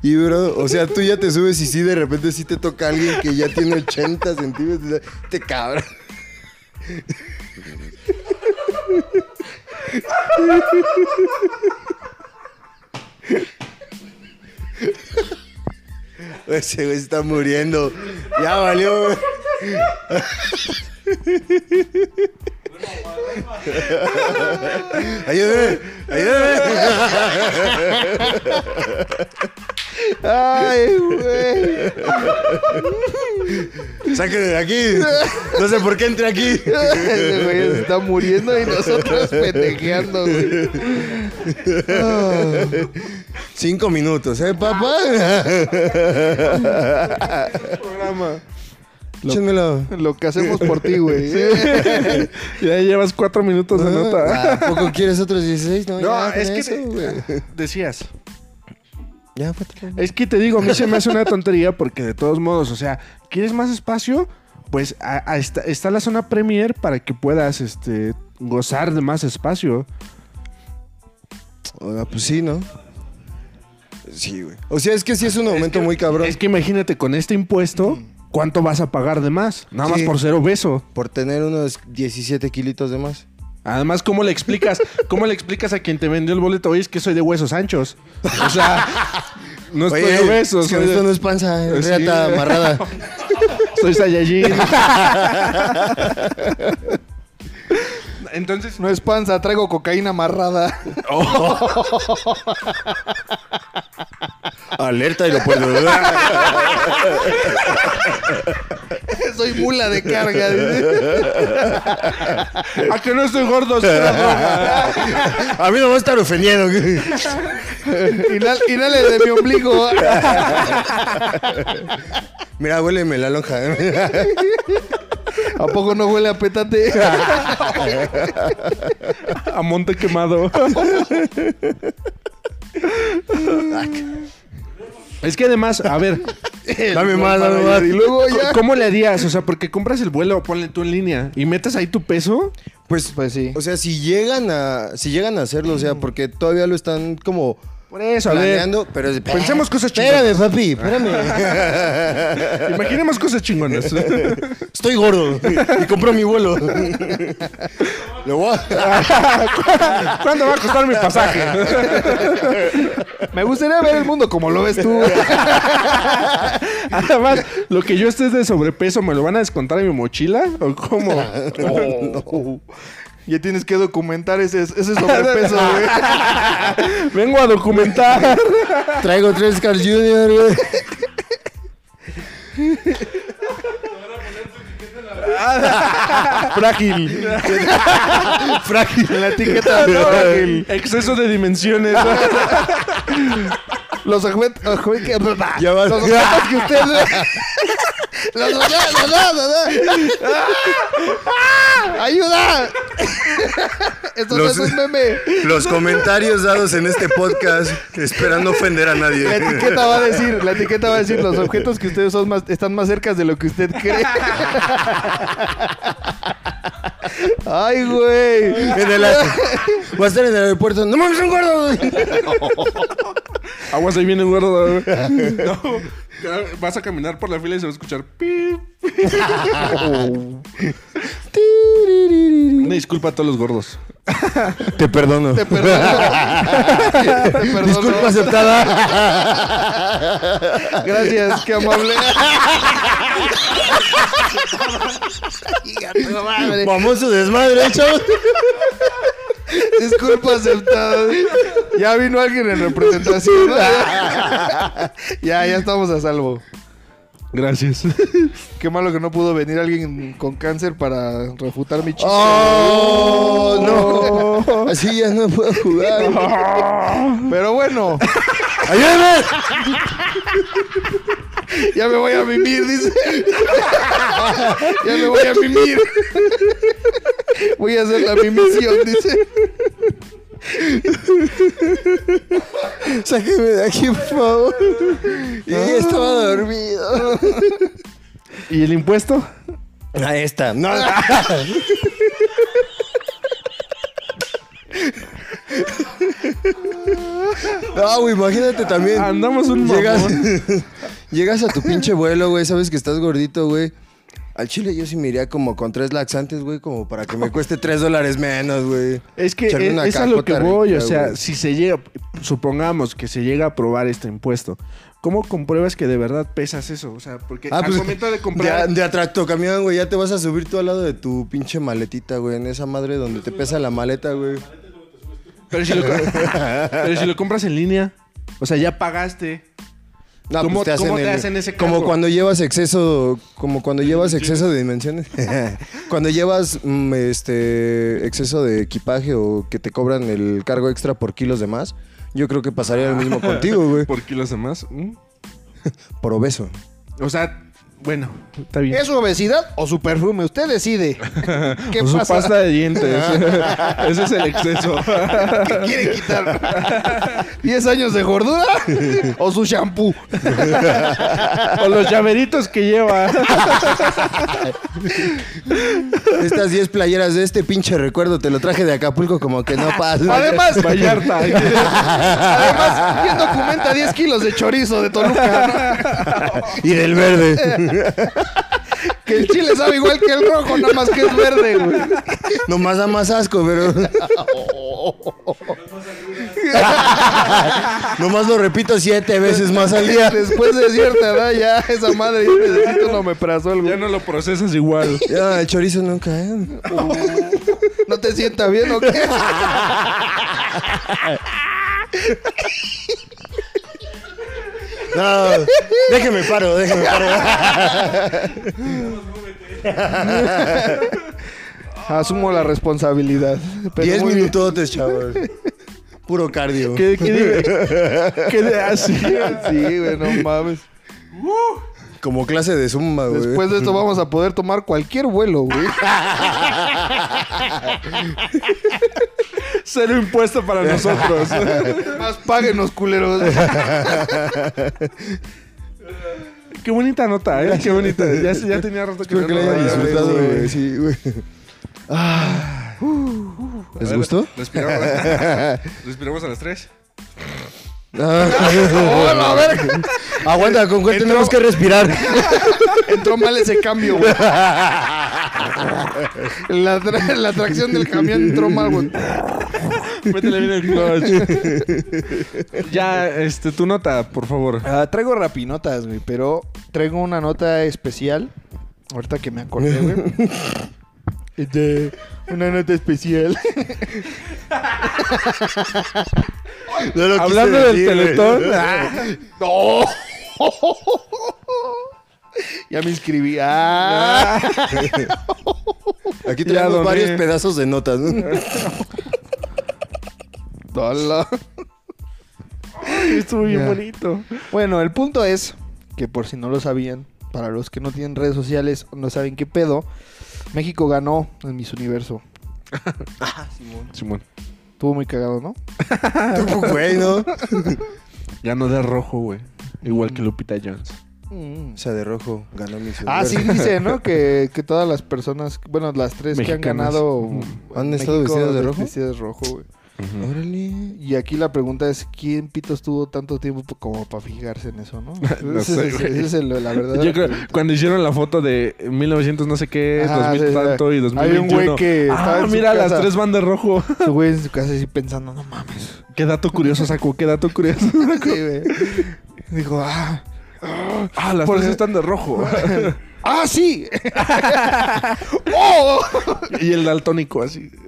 Speaker 1: Y bro, o sea, tú ya te subes y sí, de repente sí te toca alguien que ya tiene 80 centímetros. Te cabra. Ese güey está muriendo. Ya valió. güey. Ayúdame, ayúdame.
Speaker 3: ¡Ay, güey!
Speaker 1: Sáquenme de aquí. No sé por qué entré aquí.
Speaker 3: Ese güey se está muriendo y nosotros pendejeando, güey.
Speaker 1: Cinco minutos, ¿eh, papá? Échenmelo.
Speaker 3: Lo que hacemos por ti, güey.
Speaker 4: ya llevas cuatro minutos de nota.
Speaker 1: Ah, ¿A poco quieres otros 16? No,
Speaker 4: No,
Speaker 1: ya, con
Speaker 4: es que
Speaker 1: eso,
Speaker 4: te-
Speaker 1: güey.
Speaker 4: decías.
Speaker 1: Ya, pátalo.
Speaker 4: Es que te digo, a mí se me hace una tontería porque de todos modos, o sea, ¿quieres más espacio? Pues a- a esta- está la zona premier para que puedas este, gozar de más espacio.
Speaker 1: Ah, pues sí, ¿no? Sí, güey. O sea, es que sí es un aumento muy cabrón.
Speaker 4: Es que imagínate con este impuesto, ¿cuánto vas a pagar de más? Nada más
Speaker 1: Sí.
Speaker 4: por ser obeso.
Speaker 1: Por tener unos 17 kilitos de más.
Speaker 4: Además, ¿cómo le explicas? ¿Cómo le explicas a quien te vendió el boleto? Oye, es que soy de huesos anchos. O sea, no estoy
Speaker 1: Oye,
Speaker 4: obeso,
Speaker 1: es que
Speaker 4: soy,
Speaker 1: esto no es panza, es
Speaker 4: Sí.
Speaker 1: reata amarrada.
Speaker 4: soy Saiyajin. Entonces,
Speaker 3: No es panza, traigo cocaína amarrada.
Speaker 1: Alerta y lo puedo dudar.
Speaker 3: Soy mula de carga. dice.
Speaker 4: ¿a que no estoy gordo?
Speaker 1: A mí no me va a estar ofendiendo.
Speaker 3: Inhal- Inhale de mi ombligo.
Speaker 1: Mira, huéleme la lonja.
Speaker 3: ¿A poco no huele a petate?
Speaker 4: A monte quemado. es que además, a ver,
Speaker 1: Dame más, dame más.
Speaker 3: Y luego ya.
Speaker 4: ¿cómo le harías? O sea, porque compras el vuelo, ponle tú en línea y metes ahí tu peso.
Speaker 1: Pues,
Speaker 3: Pues sí.
Speaker 1: o sea, si llegan a, si llegan a hacerlo, o sea, porque todavía lo están como
Speaker 4: Por eso, a ver.
Speaker 1: planeando, pero
Speaker 4: Pensemos cosas
Speaker 1: Espérame,
Speaker 4: chingonas.
Speaker 1: papi, espérame.
Speaker 4: Imaginemos cosas chingonas.
Speaker 1: Estoy gordo y compró mi vuelo. Lo voy a-
Speaker 4: ¿Cuánto va a costar mi pasaje?
Speaker 3: Me gustaría ver el mundo como lo ves tú.
Speaker 4: Además, lo que yo esté de sobrepeso, ¿me lo van a descontar en mi mochila? ¿O cómo?
Speaker 3: Ya tienes que documentar ese, ese sobrepeso, güey.
Speaker 4: Vengo a documentar.
Speaker 1: Ah, Traigo tres Carl Jr. güey.
Speaker 4: Frágil.
Speaker 1: Frágil.
Speaker 3: En la etiqueta no, güey.
Speaker 4: Exceso de dimensiones.
Speaker 3: Los objetos que
Speaker 1: Ya vas.
Speaker 3: los objetos que usted
Speaker 1: La- la- la- la- la- la.
Speaker 3: ayuda. Esto
Speaker 1: Los-
Speaker 3: no es un meme.
Speaker 1: Los comentarios dados en este podcast, esperando ofender a nadie.
Speaker 3: La etiqueta va a decir, la etiqueta va a decir los objetos que ustedes son más están más cerca de lo que usted cree. Ay, güey.
Speaker 1: En el- va a estar en el aeropuerto. ¡No mames, un gordo!
Speaker 4: Aguas, ahí viene un gordo. No. Vas a caminar por la fila y se va a escuchar. pip. Una disculpa a todos los gordos.
Speaker 1: Te perdono.
Speaker 3: Te perdono. Te perdono.
Speaker 1: Disculpa aceptada.
Speaker 3: Gracias, qué amable.
Speaker 1: Famoso desmadre, chavos.
Speaker 3: Disculpa aceptada. Ya vino alguien en representación. Ya, ya estamos a salvo.
Speaker 4: Gracias.
Speaker 3: Qué malo que no pudo venir alguien con cáncer para refutar mi chiste.
Speaker 1: ¡Oh! No. Así ya no puedo jugar.
Speaker 3: Pero bueno,
Speaker 1: ¡Ayúdame!
Speaker 3: ya me voy a mimir, dice. ya me voy a mimir. voy a hacer la mimisión, dice.
Speaker 1: Sáqueme de aquí, por favor. Yo
Speaker 4: Ah.
Speaker 1: ya estaba dormido.
Speaker 4: ¿Y el impuesto? Ah,
Speaker 1: Ahí está. No. No, güey, imagínate también.
Speaker 4: Andamos un
Speaker 1: Llegas,
Speaker 4: mamón.
Speaker 1: llegas a tu pinche vuelo, güey. Sabes que estás gordito, güey. Al chile yo sí me iría como con tres laxantes, güey, como para que me cueste tres dólares menos, güey.
Speaker 4: Es que
Speaker 1: Echarme
Speaker 4: es,
Speaker 1: una
Speaker 4: es a lo que
Speaker 1: cacota
Speaker 4: voy, o
Speaker 1: rica,
Speaker 4: sea,
Speaker 1: güey.
Speaker 4: si se llega, supongamos que se llega a aprobar este impuesto, ¿cómo compruebas que de verdad pesas eso? O sea, porque
Speaker 1: Ah,
Speaker 4: al
Speaker 1: pues,
Speaker 4: momento de comprar...
Speaker 1: De, de atractocamión, güey, ya te vas a subir tú al lado de tu pinche maletita, güey. En esa madre donde te pesa la maleta, güey.
Speaker 4: Pero, si lo, pero si lo compras en línea, o sea, ya pagaste.
Speaker 1: No,
Speaker 4: ¿Cómo-
Speaker 1: pues te hacen,
Speaker 4: cómo te
Speaker 1: el-
Speaker 4: hacen ese
Speaker 1: Como
Speaker 4: cargo?
Speaker 1: cuando llevas exceso, como cuando llevas exceso de dimensiones. cuando llevas mm, este exceso de equipaje o que te cobran el cargo extra por kilos de más, yo creo que pasaría lo mismo contigo, güey.
Speaker 4: ¿Por kilos de más? ¿Mm?
Speaker 1: Por obeso.
Speaker 4: O sea, bueno, está bien.
Speaker 3: ¿Es su obesidad o su perfume? Usted decide. ¿Qué
Speaker 4: O Pues su
Speaker 3: pasa?
Speaker 4: pasta de dientes. Ese es el exceso.
Speaker 3: ¿Qué quiere quitar? ¿10 años de gordura o su shampoo?
Speaker 4: o los llaveritos que lleva.
Speaker 1: Estas 10 playeras de este pinche recuerdo te lo traje de Acapulco como que no pasa.
Speaker 3: Además,
Speaker 4: Vallarta.
Speaker 3: además, ¿quién documenta 10 kilos de chorizo de Toluca?
Speaker 1: y del verde.
Speaker 3: Que el chile sabe igual que el rojo, nada más que es verde, güey.
Speaker 1: Nomás da más asco, pero. Nomás lo repito siete veces más al día.
Speaker 3: Después de cierta edad ya esa madre ya necesita un omeprazol,
Speaker 4: ya
Speaker 3: güey.
Speaker 4: no lo procesas igual.
Speaker 1: Ya, el chorizo nunca, ¿eh?
Speaker 3: ¿No te sienta bien o qué?
Speaker 1: No, déjeme paro, déjeme paro.
Speaker 3: Asumo la responsabilidad. Pero
Speaker 1: Diez
Speaker 3: muy
Speaker 1: minutotes, chavos. Puro cardio.
Speaker 4: ¿Qué, qué, digo? ¿Qué de así?
Speaker 3: bien. Sí, güey, no mames.
Speaker 1: Como clase de zumba, güey.
Speaker 3: Después de esto vamos a poder tomar cualquier vuelo, güey.
Speaker 4: Cero impuesto para nosotros.
Speaker 3: Más páguenos, culeros.
Speaker 4: Qué bonita nota, ¿eh? Qué bonita. Ya, ya tenía rato que
Speaker 1: Espero que
Speaker 4: no
Speaker 1: lo
Speaker 4: la
Speaker 1: hayan
Speaker 4: veía,
Speaker 1: disfrutado,
Speaker 4: güey.
Speaker 1: güey. Sí, güey. Ah. ¿Les gustó?
Speaker 4: Respiramos. Respiramos a las tres.
Speaker 3: la verga!
Speaker 1: Ah. Aguanta, con cuál tenemos que respirar.
Speaker 3: Entró mal ese cambio, güey. La, tra- la tracción del camión entró mal, güey.
Speaker 4: Métele bien el clutch. ya, este, tu nota, por favor.
Speaker 3: Ah, traigo rapinotas, güey, pero traigo una nota especial. Ahorita que me acordé, güey. Este, una nota especial.
Speaker 1: No lo quise
Speaker 4: Hablando del
Speaker 1: decir, güey.
Speaker 4: Teletón.
Speaker 3: ¡No! ya me inscribí. ¡Ah!
Speaker 1: Aquí
Speaker 4: Ya
Speaker 1: tenemos
Speaker 4: doné.
Speaker 1: varios pedazos de notas. ¿no?
Speaker 3: Tola.
Speaker 4: Estuvo
Speaker 3: Ya.
Speaker 4: bonito.
Speaker 3: Bueno, el punto es que por si no lo sabían, para los que no tienen redes sociales o no saben qué pedo, México ganó en Miss Universo.
Speaker 4: Simón.
Speaker 3: Estuvo muy cagado, ¿no?
Speaker 1: Tú, güey, ¿no?
Speaker 4: Ganó de rojo, güey. Igual que Lupita Jones.
Speaker 3: Mm.
Speaker 1: O sea, de rojo ganó mi
Speaker 3: Ah,
Speaker 1: celular.
Speaker 3: sí, dice, ¿no? Que, que todas las personas, bueno, las tres que han
Speaker 4: Mexicanas.
Speaker 3: ganado...
Speaker 4: Mm.
Speaker 1: ¿Han estado vestidas de rojo?
Speaker 3: Vestidas de rojo, güey.
Speaker 1: Órale.
Speaker 3: Y aquí la pregunta es, ¿quién pito estuvo tanto tiempo po- como para fijarse en eso, no?
Speaker 4: No
Speaker 3: Ese
Speaker 4: sé,
Speaker 3: es-
Speaker 4: güey.
Speaker 3: ese es el- la verdad.
Speaker 4: Yo creo, cuando hicieron la foto de 1900 no sé qué,
Speaker 3: Ajá,
Speaker 4: 2000
Speaker 3: Ah, sí, sí.
Speaker 4: tanto y
Speaker 3: Hay un
Speaker 4: 2021.
Speaker 3: güey que estaba
Speaker 4: Ah,
Speaker 3: en su
Speaker 4: mira, las
Speaker 3: casa.
Speaker 4: tres van de rojo.
Speaker 3: Su güey en su casa así pensando, no mames.
Speaker 4: qué dato curioso sacó, qué dato curioso.
Speaker 3: Sí, güey. Dijo, ah,
Speaker 4: Ah, las
Speaker 3: Por
Speaker 4: tres
Speaker 3: eso-
Speaker 4: están de rojo.
Speaker 3: ¡ah, sí!
Speaker 4: y el daltónico así.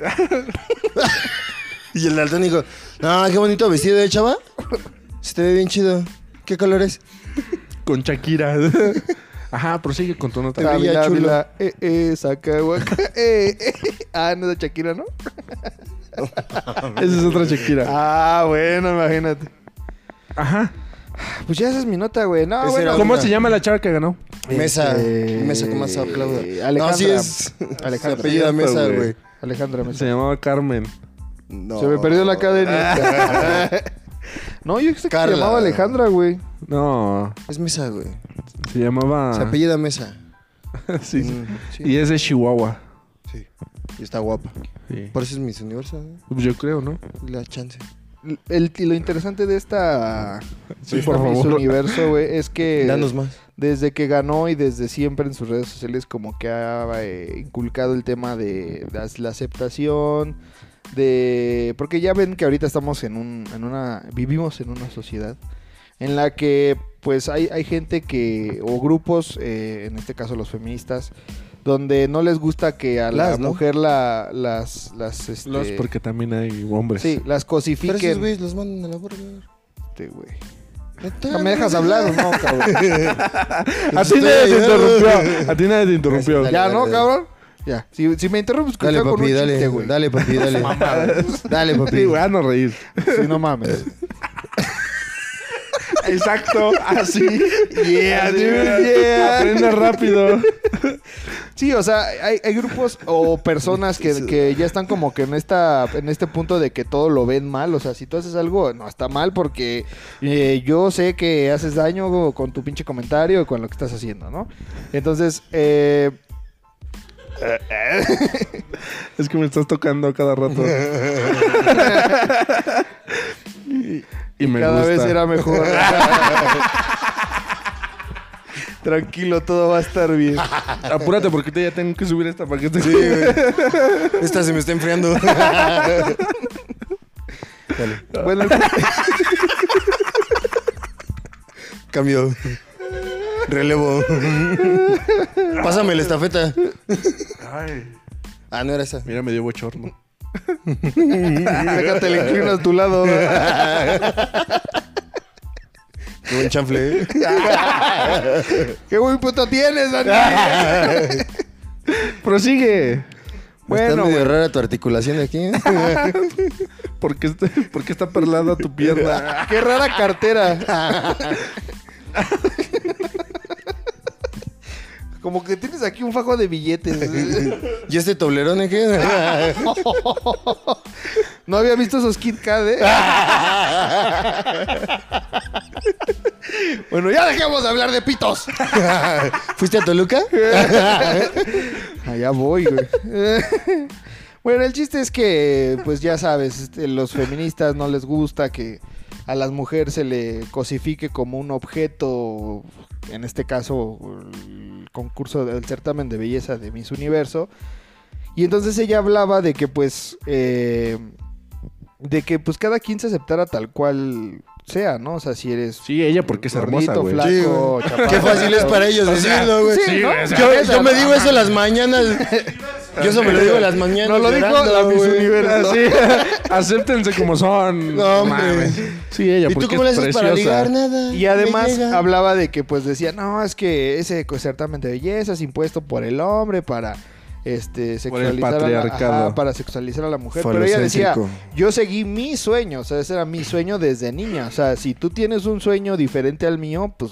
Speaker 1: Y el Dalton dijo, no, qué bonito vestido, ¿eh, chava? Se te ve bien chido. ¿Qué color es?
Speaker 4: Con Shakira. Ajá, prosigue con tu nota.
Speaker 1: Te veía
Speaker 3: Ávila,
Speaker 1: chulo.
Speaker 3: Ávila, eh, eh, saca, güey. Eh, eh. Ah, no es de Shakira, ¿no?
Speaker 4: Esa es otra Shakira.
Speaker 3: Ah, bueno, imagínate.
Speaker 4: Ajá.
Speaker 3: Pues ya esa es mi nota, güey. No,
Speaker 1: Ese
Speaker 3: bueno.
Speaker 1: era
Speaker 4: ¿Cómo
Speaker 1: una.
Speaker 4: se llama la chava que ganó?
Speaker 1: Mesa.
Speaker 3: Este, eh,
Speaker 1: Mesa que más aplauda.
Speaker 3: Alejandra.
Speaker 1: No, sí es.
Speaker 3: Alejandra.
Speaker 1: Se apellida Mesa, güey.
Speaker 3: Alejandra Mesa.
Speaker 4: Se llamaba Carmen.
Speaker 1: No.
Speaker 3: Se me perdió la cadena. no, yo sé que se
Speaker 1: Carla.
Speaker 3: llamaba Alejandra, güey.
Speaker 4: No,
Speaker 1: Es Mesa, güey.
Speaker 4: se llamaba...
Speaker 3: Ah.
Speaker 1: Se apellida Mesa.
Speaker 4: Sí, sí.
Speaker 1: Mm, sí.
Speaker 4: Y es de Chihuahua.
Speaker 1: Sí. Y está guapa.
Speaker 4: Sí.
Speaker 1: Por eso es Miss Universo, ¿eh?
Speaker 4: Pues Yo creo, ¿no?
Speaker 1: La chance.
Speaker 3: El, y lo interesante de esta,
Speaker 4: Sí,
Speaker 3: de esta
Speaker 4: por
Speaker 3: Miss
Speaker 4: favor.
Speaker 3: Universo, güey, es que
Speaker 1: Danos más.
Speaker 3: desde que ganó y desde siempre en sus redes sociales como que ha eh, inculcado el tema de la, la aceptación, de... Porque ya ven que ahorita estamos en, un, en una... vivimos en una sociedad en la que pues hay, hay gente que... o grupos, eh, en este caso los feministas, donde no les gusta que a la
Speaker 1: Las, ¿no?
Speaker 3: mujer la, las... las este,
Speaker 4: Los porque también hay hombres.
Speaker 3: Sí, las
Speaker 1: Pero esos
Speaker 3: cosifiquen.
Speaker 1: güeyes los mandan a la verga.
Speaker 3: Este, güey.
Speaker 1: Neta,
Speaker 3: Ah, ¿Me dejas
Speaker 1: no,
Speaker 3: hablar o no, cabrón?
Speaker 4: A ti nadie te interrumpió. A ti nadie te interrumpió.
Speaker 1: Dale,
Speaker 3: ya,
Speaker 1: dale,
Speaker 3: ¿no,
Speaker 1: dale.
Speaker 3: cabrón? Ya. Si, si me interrumpes,
Speaker 1: Dale,
Speaker 3: creo que hago
Speaker 1: papi,
Speaker 3: un
Speaker 1: dale.
Speaker 3: chiste, güey.
Speaker 1: dale, papi, dale. dale, papi.
Speaker 4: Sí, güey, a no reír.
Speaker 3: Sí, no mames.
Speaker 4: Exacto, así. Yeah,
Speaker 3: dude, yeah.
Speaker 4: Aprende rápido.
Speaker 3: Sí, o sea, hay, hay grupos o personas que, que ya están como que en esta en este punto de que todo lo ven mal. O sea, si tú haces algo, no está mal porque eh, yo sé que haces daño con tu pinche comentario y con lo que estás haciendo, ¿no? Entonces, eh,
Speaker 4: Es que me estás tocando a cada rato. y, y me
Speaker 3: cada
Speaker 4: gusta.
Speaker 3: vez era mejor. Tranquilo, todo va a estar bien.
Speaker 4: Apúrate porque te- ya tengo que subir esta para que te...
Speaker 1: Sí, güey. Esta se me está enfriando. Dale,
Speaker 3: Bueno, el-
Speaker 1: cambio. Relevo. Pásame la estafeta.
Speaker 4: Ay,
Speaker 1: Ah, no era esa.
Speaker 4: mira, me dio bochorno.
Speaker 3: Déjate, le inclino a tu lado.
Speaker 1: Qué buen chanfle. ¿eh?
Speaker 3: ¡Qué buen puto tienes, Daniel!
Speaker 4: Prosigue.
Speaker 1: está
Speaker 3: Bueno,
Speaker 1: medio
Speaker 3: güey.
Speaker 1: rara tu articulación de aquí. ¿eh?
Speaker 4: ¿Por qué, está, por qué este, está perlada tu pierna?
Speaker 3: ¡Qué rara cartera! Como que tienes aquí un fajo de billetes.
Speaker 1: ¿Y este toblerón eh, qué?
Speaker 3: No había visto esos Kit Kat, ¿eh? Bueno, ya dejemos de hablar de pitos.
Speaker 1: ¿Fuiste a Toluca?
Speaker 3: Allá voy, güey. bueno, el chiste es que, pues ya sabes, este, los feministas no les gusta que, a las mujeres se le cosifique como un objeto, en este caso el concurso del certamen de belleza de Miss Universo. Y entonces ella hablaba de que pues eh, de que pues cada quien se aceptara tal cual sea, ¿no? O sea, si eres
Speaker 4: Sí, ella porque es hermosa,
Speaker 3: gordito,
Speaker 4: güey.
Speaker 1: Sí,
Speaker 3: flaco,
Speaker 1: güey.
Speaker 3: chaparro,
Speaker 1: Qué fácil es para ellos decirlo, güey.
Speaker 3: sí, ¿no?
Speaker 4: güey, o sea,
Speaker 1: Yo, yo me digo eso en las mañanas. Yo eso me lo digo en las mañanas.
Speaker 3: No lo dijo
Speaker 1: llorando,
Speaker 3: la Miss
Speaker 1: güey.
Speaker 3: Universo.
Speaker 4: Así, acéptense como son.
Speaker 1: No, hombre.
Speaker 4: mames. Sí, ella
Speaker 1: ¿Y
Speaker 4: porque
Speaker 1: tú cómo le
Speaker 4: es
Speaker 1: haces
Speaker 4: preciosa.
Speaker 1: para ligar nada?
Speaker 3: Y además
Speaker 1: Me llega.
Speaker 3: hablaba de que pues decía, no, es que ese certamen de belleza es impuesto por el hombre para este sexualizar a la,
Speaker 4: patriarcado.
Speaker 3: ajá, para sexualizar a la mujer, pero ella decía,
Speaker 1: Falocéntrico.
Speaker 3: yo seguí mi sueño, o sea, ese era mi sueño desde niña, o sea, si tú tienes un sueño diferente al mío, pues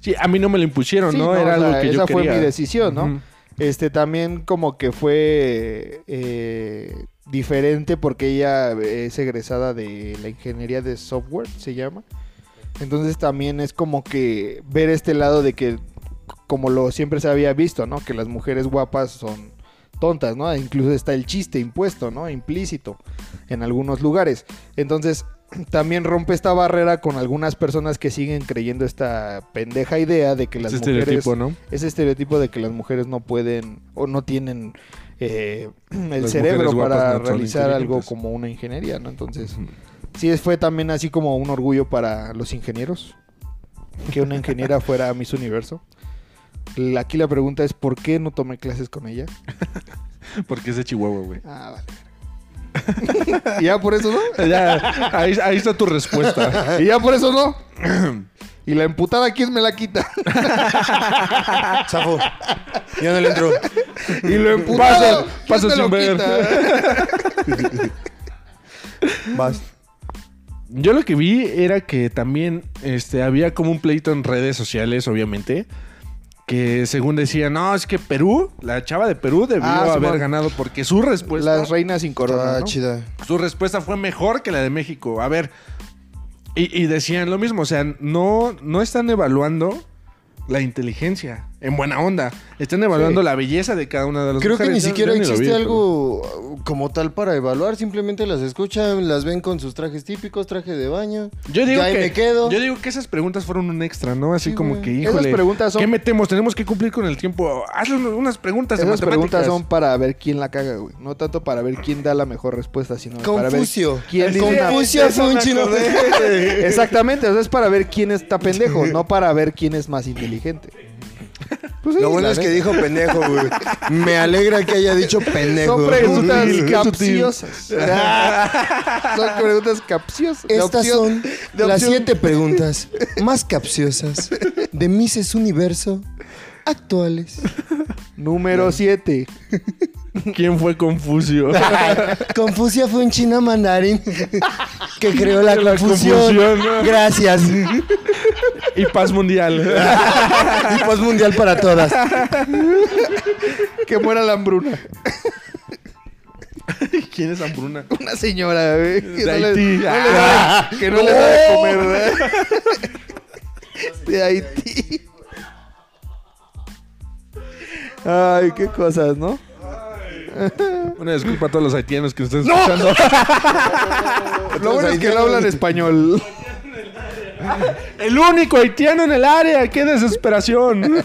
Speaker 4: Sí, a mí no me lo impusieron,
Speaker 3: sí,
Speaker 4: ¿no?
Speaker 3: ¿no?
Speaker 4: Era
Speaker 3: O
Speaker 4: algo
Speaker 3: sea,
Speaker 4: que yo
Speaker 3: esa
Speaker 4: quería.
Speaker 3: fue mi decisión, ¿no?
Speaker 4: Ujú.
Speaker 3: Este también como que fue eh, diferente porque ella es egresada de la ingeniería de software, se llama. Entonces también es como que ver este lado de que como lo siempre se había visto, ¿no? Que las mujeres guapas son tontas, ¿no? E Incluso está el chiste impuesto, ¿no? Implícito en algunos lugares. Entonces, también rompe esta barrera con algunas personas que siguen creyendo esta pendeja idea de que las
Speaker 4: Ese
Speaker 3: mujeres
Speaker 4: estereotipo, ¿no?
Speaker 3: ese estereotipo de que las mujeres no pueden o no tienen eh, el
Speaker 4: Las mujeres
Speaker 3: cerebro
Speaker 4: guapas no
Speaker 3: para
Speaker 4: son
Speaker 3: realizar algo
Speaker 4: inteligentes.
Speaker 3: como una ingeniería, ¿no? Entonces, sí es- fue también así como un orgullo para los ingenieros que una ingeniera fuera Miss Universo. La- Aquí la pregunta es ¿por qué no tomé clases con ella?
Speaker 4: Porque es de Chihuahua, güey.
Speaker 3: Ah, vale. verga. y ya por eso no.
Speaker 4: Ya, ahí, ahí está tu respuesta.
Speaker 3: Y ya por eso no. Y la emputada, ¿quién me la quita? "Ah,
Speaker 1: Zafo. Ya no le entro.
Speaker 3: Y lo
Speaker 4: Pasa,
Speaker 3: emputado, ¿quién
Speaker 4: pasa
Speaker 3: te
Speaker 4: sin
Speaker 3: lo
Speaker 4: ver.
Speaker 3: quita?
Speaker 1: Vas.
Speaker 4: Yo lo que vi era que también este, había como un pleito en redes sociales, obviamente. Que según decía, no, es que Perú, la chava de Perú debió
Speaker 3: Ah,
Speaker 4: haber
Speaker 3: Simón.
Speaker 4: ganado porque su respuesta,
Speaker 3: Las reinas sin corona.
Speaker 1: Está
Speaker 3: ¿no?
Speaker 1: chida.
Speaker 4: su respuesta fue mejor que la de México. A ver, y, y decían lo mismo, o sea, no, no están evaluando la inteligencia en buena onda, están evaluando la belleza de cada una de las
Speaker 1: Creo que
Speaker 4: mujeres.
Speaker 1: ni
Speaker 4: Yo-
Speaker 1: siquiera
Speaker 4: yo lo vi,
Speaker 1: existe
Speaker 4: pero-
Speaker 1: algo uh, como tal para evaluar. Simplemente las escuchan, las ven con sus trajes típicos, traje de baño.
Speaker 4: Yo digo,
Speaker 1: Ya ahí
Speaker 4: que,
Speaker 1: me quedo.
Speaker 4: yo digo que esas preguntas fueron un extra, ¿no? Así
Speaker 1: Sí,
Speaker 4: como
Speaker 1: güey.
Speaker 4: que,
Speaker 3: Esas
Speaker 4: híjole,
Speaker 3: preguntas son-
Speaker 4: ¿qué metemos? Tenemos que cumplir con el tiempo. Hazle un- unas preguntas de
Speaker 3: Esas
Speaker 4: matemáticas.
Speaker 3: preguntas son para ver quién la caga, güey. No tanto para ver quién da la mejor respuesta, sino
Speaker 1: Confucio.
Speaker 3: para ver quién dice "Ah, una-
Speaker 1: Confucio fue un
Speaker 4: Eso me
Speaker 1: chino.
Speaker 4: acordé.
Speaker 3: Exactamente, o sea, es para ver quién está pendejo, no para ver quién es más inteligente. Pues sí,
Speaker 1: Lo bueno
Speaker 3: la
Speaker 1: es que
Speaker 3: neta.
Speaker 1: dijo pendejo, güey. Me alegra que haya dicho pendejo.
Speaker 3: Son preguntas
Speaker 4: sutil, qué
Speaker 3: capciosas. son preguntas capciosas. De
Speaker 1: Estas son
Speaker 3: opción- de
Speaker 1: las
Speaker 3: opción-
Speaker 1: siete preguntas más capciosas de Mises Universo actuales.
Speaker 3: Número 7.
Speaker 4: ¿Quién fue Confucio?
Speaker 1: Confucio fue un chino mandarín que creó la,
Speaker 4: La
Speaker 1: confusión.
Speaker 4: confusión, ¿no?
Speaker 1: Gracias. Y
Speaker 4: y paz mundial.
Speaker 1: paz mundial para todas.
Speaker 3: Que muera la hambruna.
Speaker 4: ¿Quién es Hambruna?
Speaker 3: Una señora, güey. Que
Speaker 4: De
Speaker 3: no le-
Speaker 4: Haití.
Speaker 3: no le-
Speaker 4: Ah.
Speaker 3: que no le da de comer, ¿verdad? De Haití. Ay, qué cosas, ¿no?
Speaker 4: Una disculpa a todos los haitianos que nos están escuchando.
Speaker 3: Lo bueno es que no hablan español.
Speaker 4: El único haitiano en el área. ¡Qué desesperación!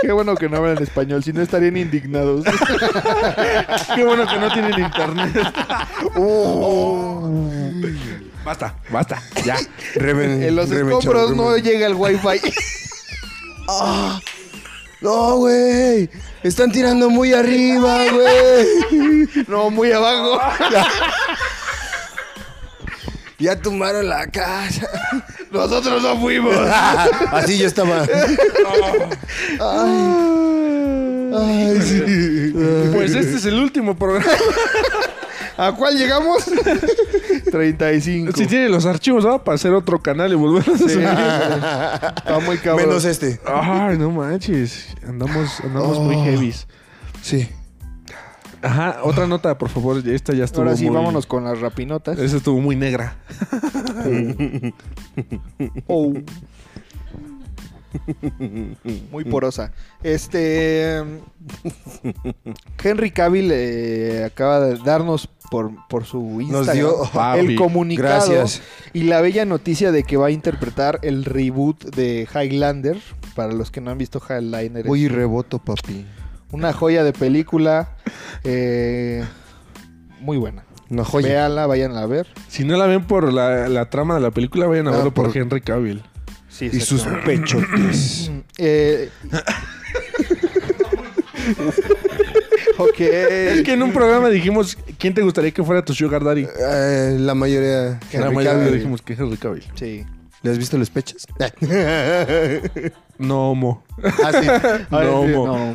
Speaker 3: Qué bueno que no hablan español, si no estarían indignados.
Speaker 4: Qué bueno que no tienen internet.
Speaker 3: Oh.
Speaker 4: Basta, basta, ya.
Speaker 3: En los escombros no llega el wifi.
Speaker 1: No, güey. Están tirando muy arriba, güey.
Speaker 3: No, muy abajo.
Speaker 1: Ya tumbaron la casa.
Speaker 3: Nosotros no fuimos.
Speaker 1: Así yo estaba. Ay. Ay, sí.
Speaker 4: Pues este es el último programa.
Speaker 3: ¿A cuál llegamos? 35.
Speaker 4: Si tiene los archivos, va para hacer otro canal y volver a
Speaker 3: Sí.
Speaker 4: hacer.
Speaker 3: Está muy cabrón.
Speaker 1: Menos este.
Speaker 4: Ay, no manches. Andamos, andamos muy
Speaker 1: Oh.
Speaker 4: heavies.
Speaker 1: Sí.
Speaker 4: Ajá, otra nota, por favor. Esta ya estuvo
Speaker 3: Ahora sí,
Speaker 4: muy-
Speaker 3: vámonos con las rapinotas.
Speaker 4: Esta estuvo muy negra.
Speaker 3: Oh. Muy porosa. Este. Henry Cavill eh, acaba de darnos por, por su Instagram
Speaker 1: Nos dio
Speaker 4: Papi,
Speaker 3: el comunicado
Speaker 1: Gracias.
Speaker 3: y la bella noticia de que va a interpretar el reboot de Highlander. Para los que no han visto Highlander, es
Speaker 1: Voy y reboto, papi.
Speaker 3: una joya de película. eh, muy buena.
Speaker 1: Una joya.
Speaker 3: Véanla, vayan a ver.
Speaker 4: Si no la ven por la, la trama de la película, vayan a
Speaker 1: Ah,
Speaker 4: verlo por,
Speaker 1: por-
Speaker 4: Henry Cavill.
Speaker 3: Sí,
Speaker 1: Y sus pechotes.
Speaker 3: Eh, ok.
Speaker 4: Es que en un programa dijimos, ¿quién te gustaría que fuera tu sugar daddy?
Speaker 1: Eh, la mayoría. Eh.
Speaker 4: la
Speaker 1: Henry
Speaker 4: mayoría
Speaker 1: Cavill.
Speaker 4: dijimos que Henry Cavill.
Speaker 3: Sí.
Speaker 1: ¿Le has visto los pechos? ah,
Speaker 4: No, homo.
Speaker 1: sí.
Speaker 3: Ahora
Speaker 4: Ah, No,
Speaker 3: sí,
Speaker 4: mo.
Speaker 3: no.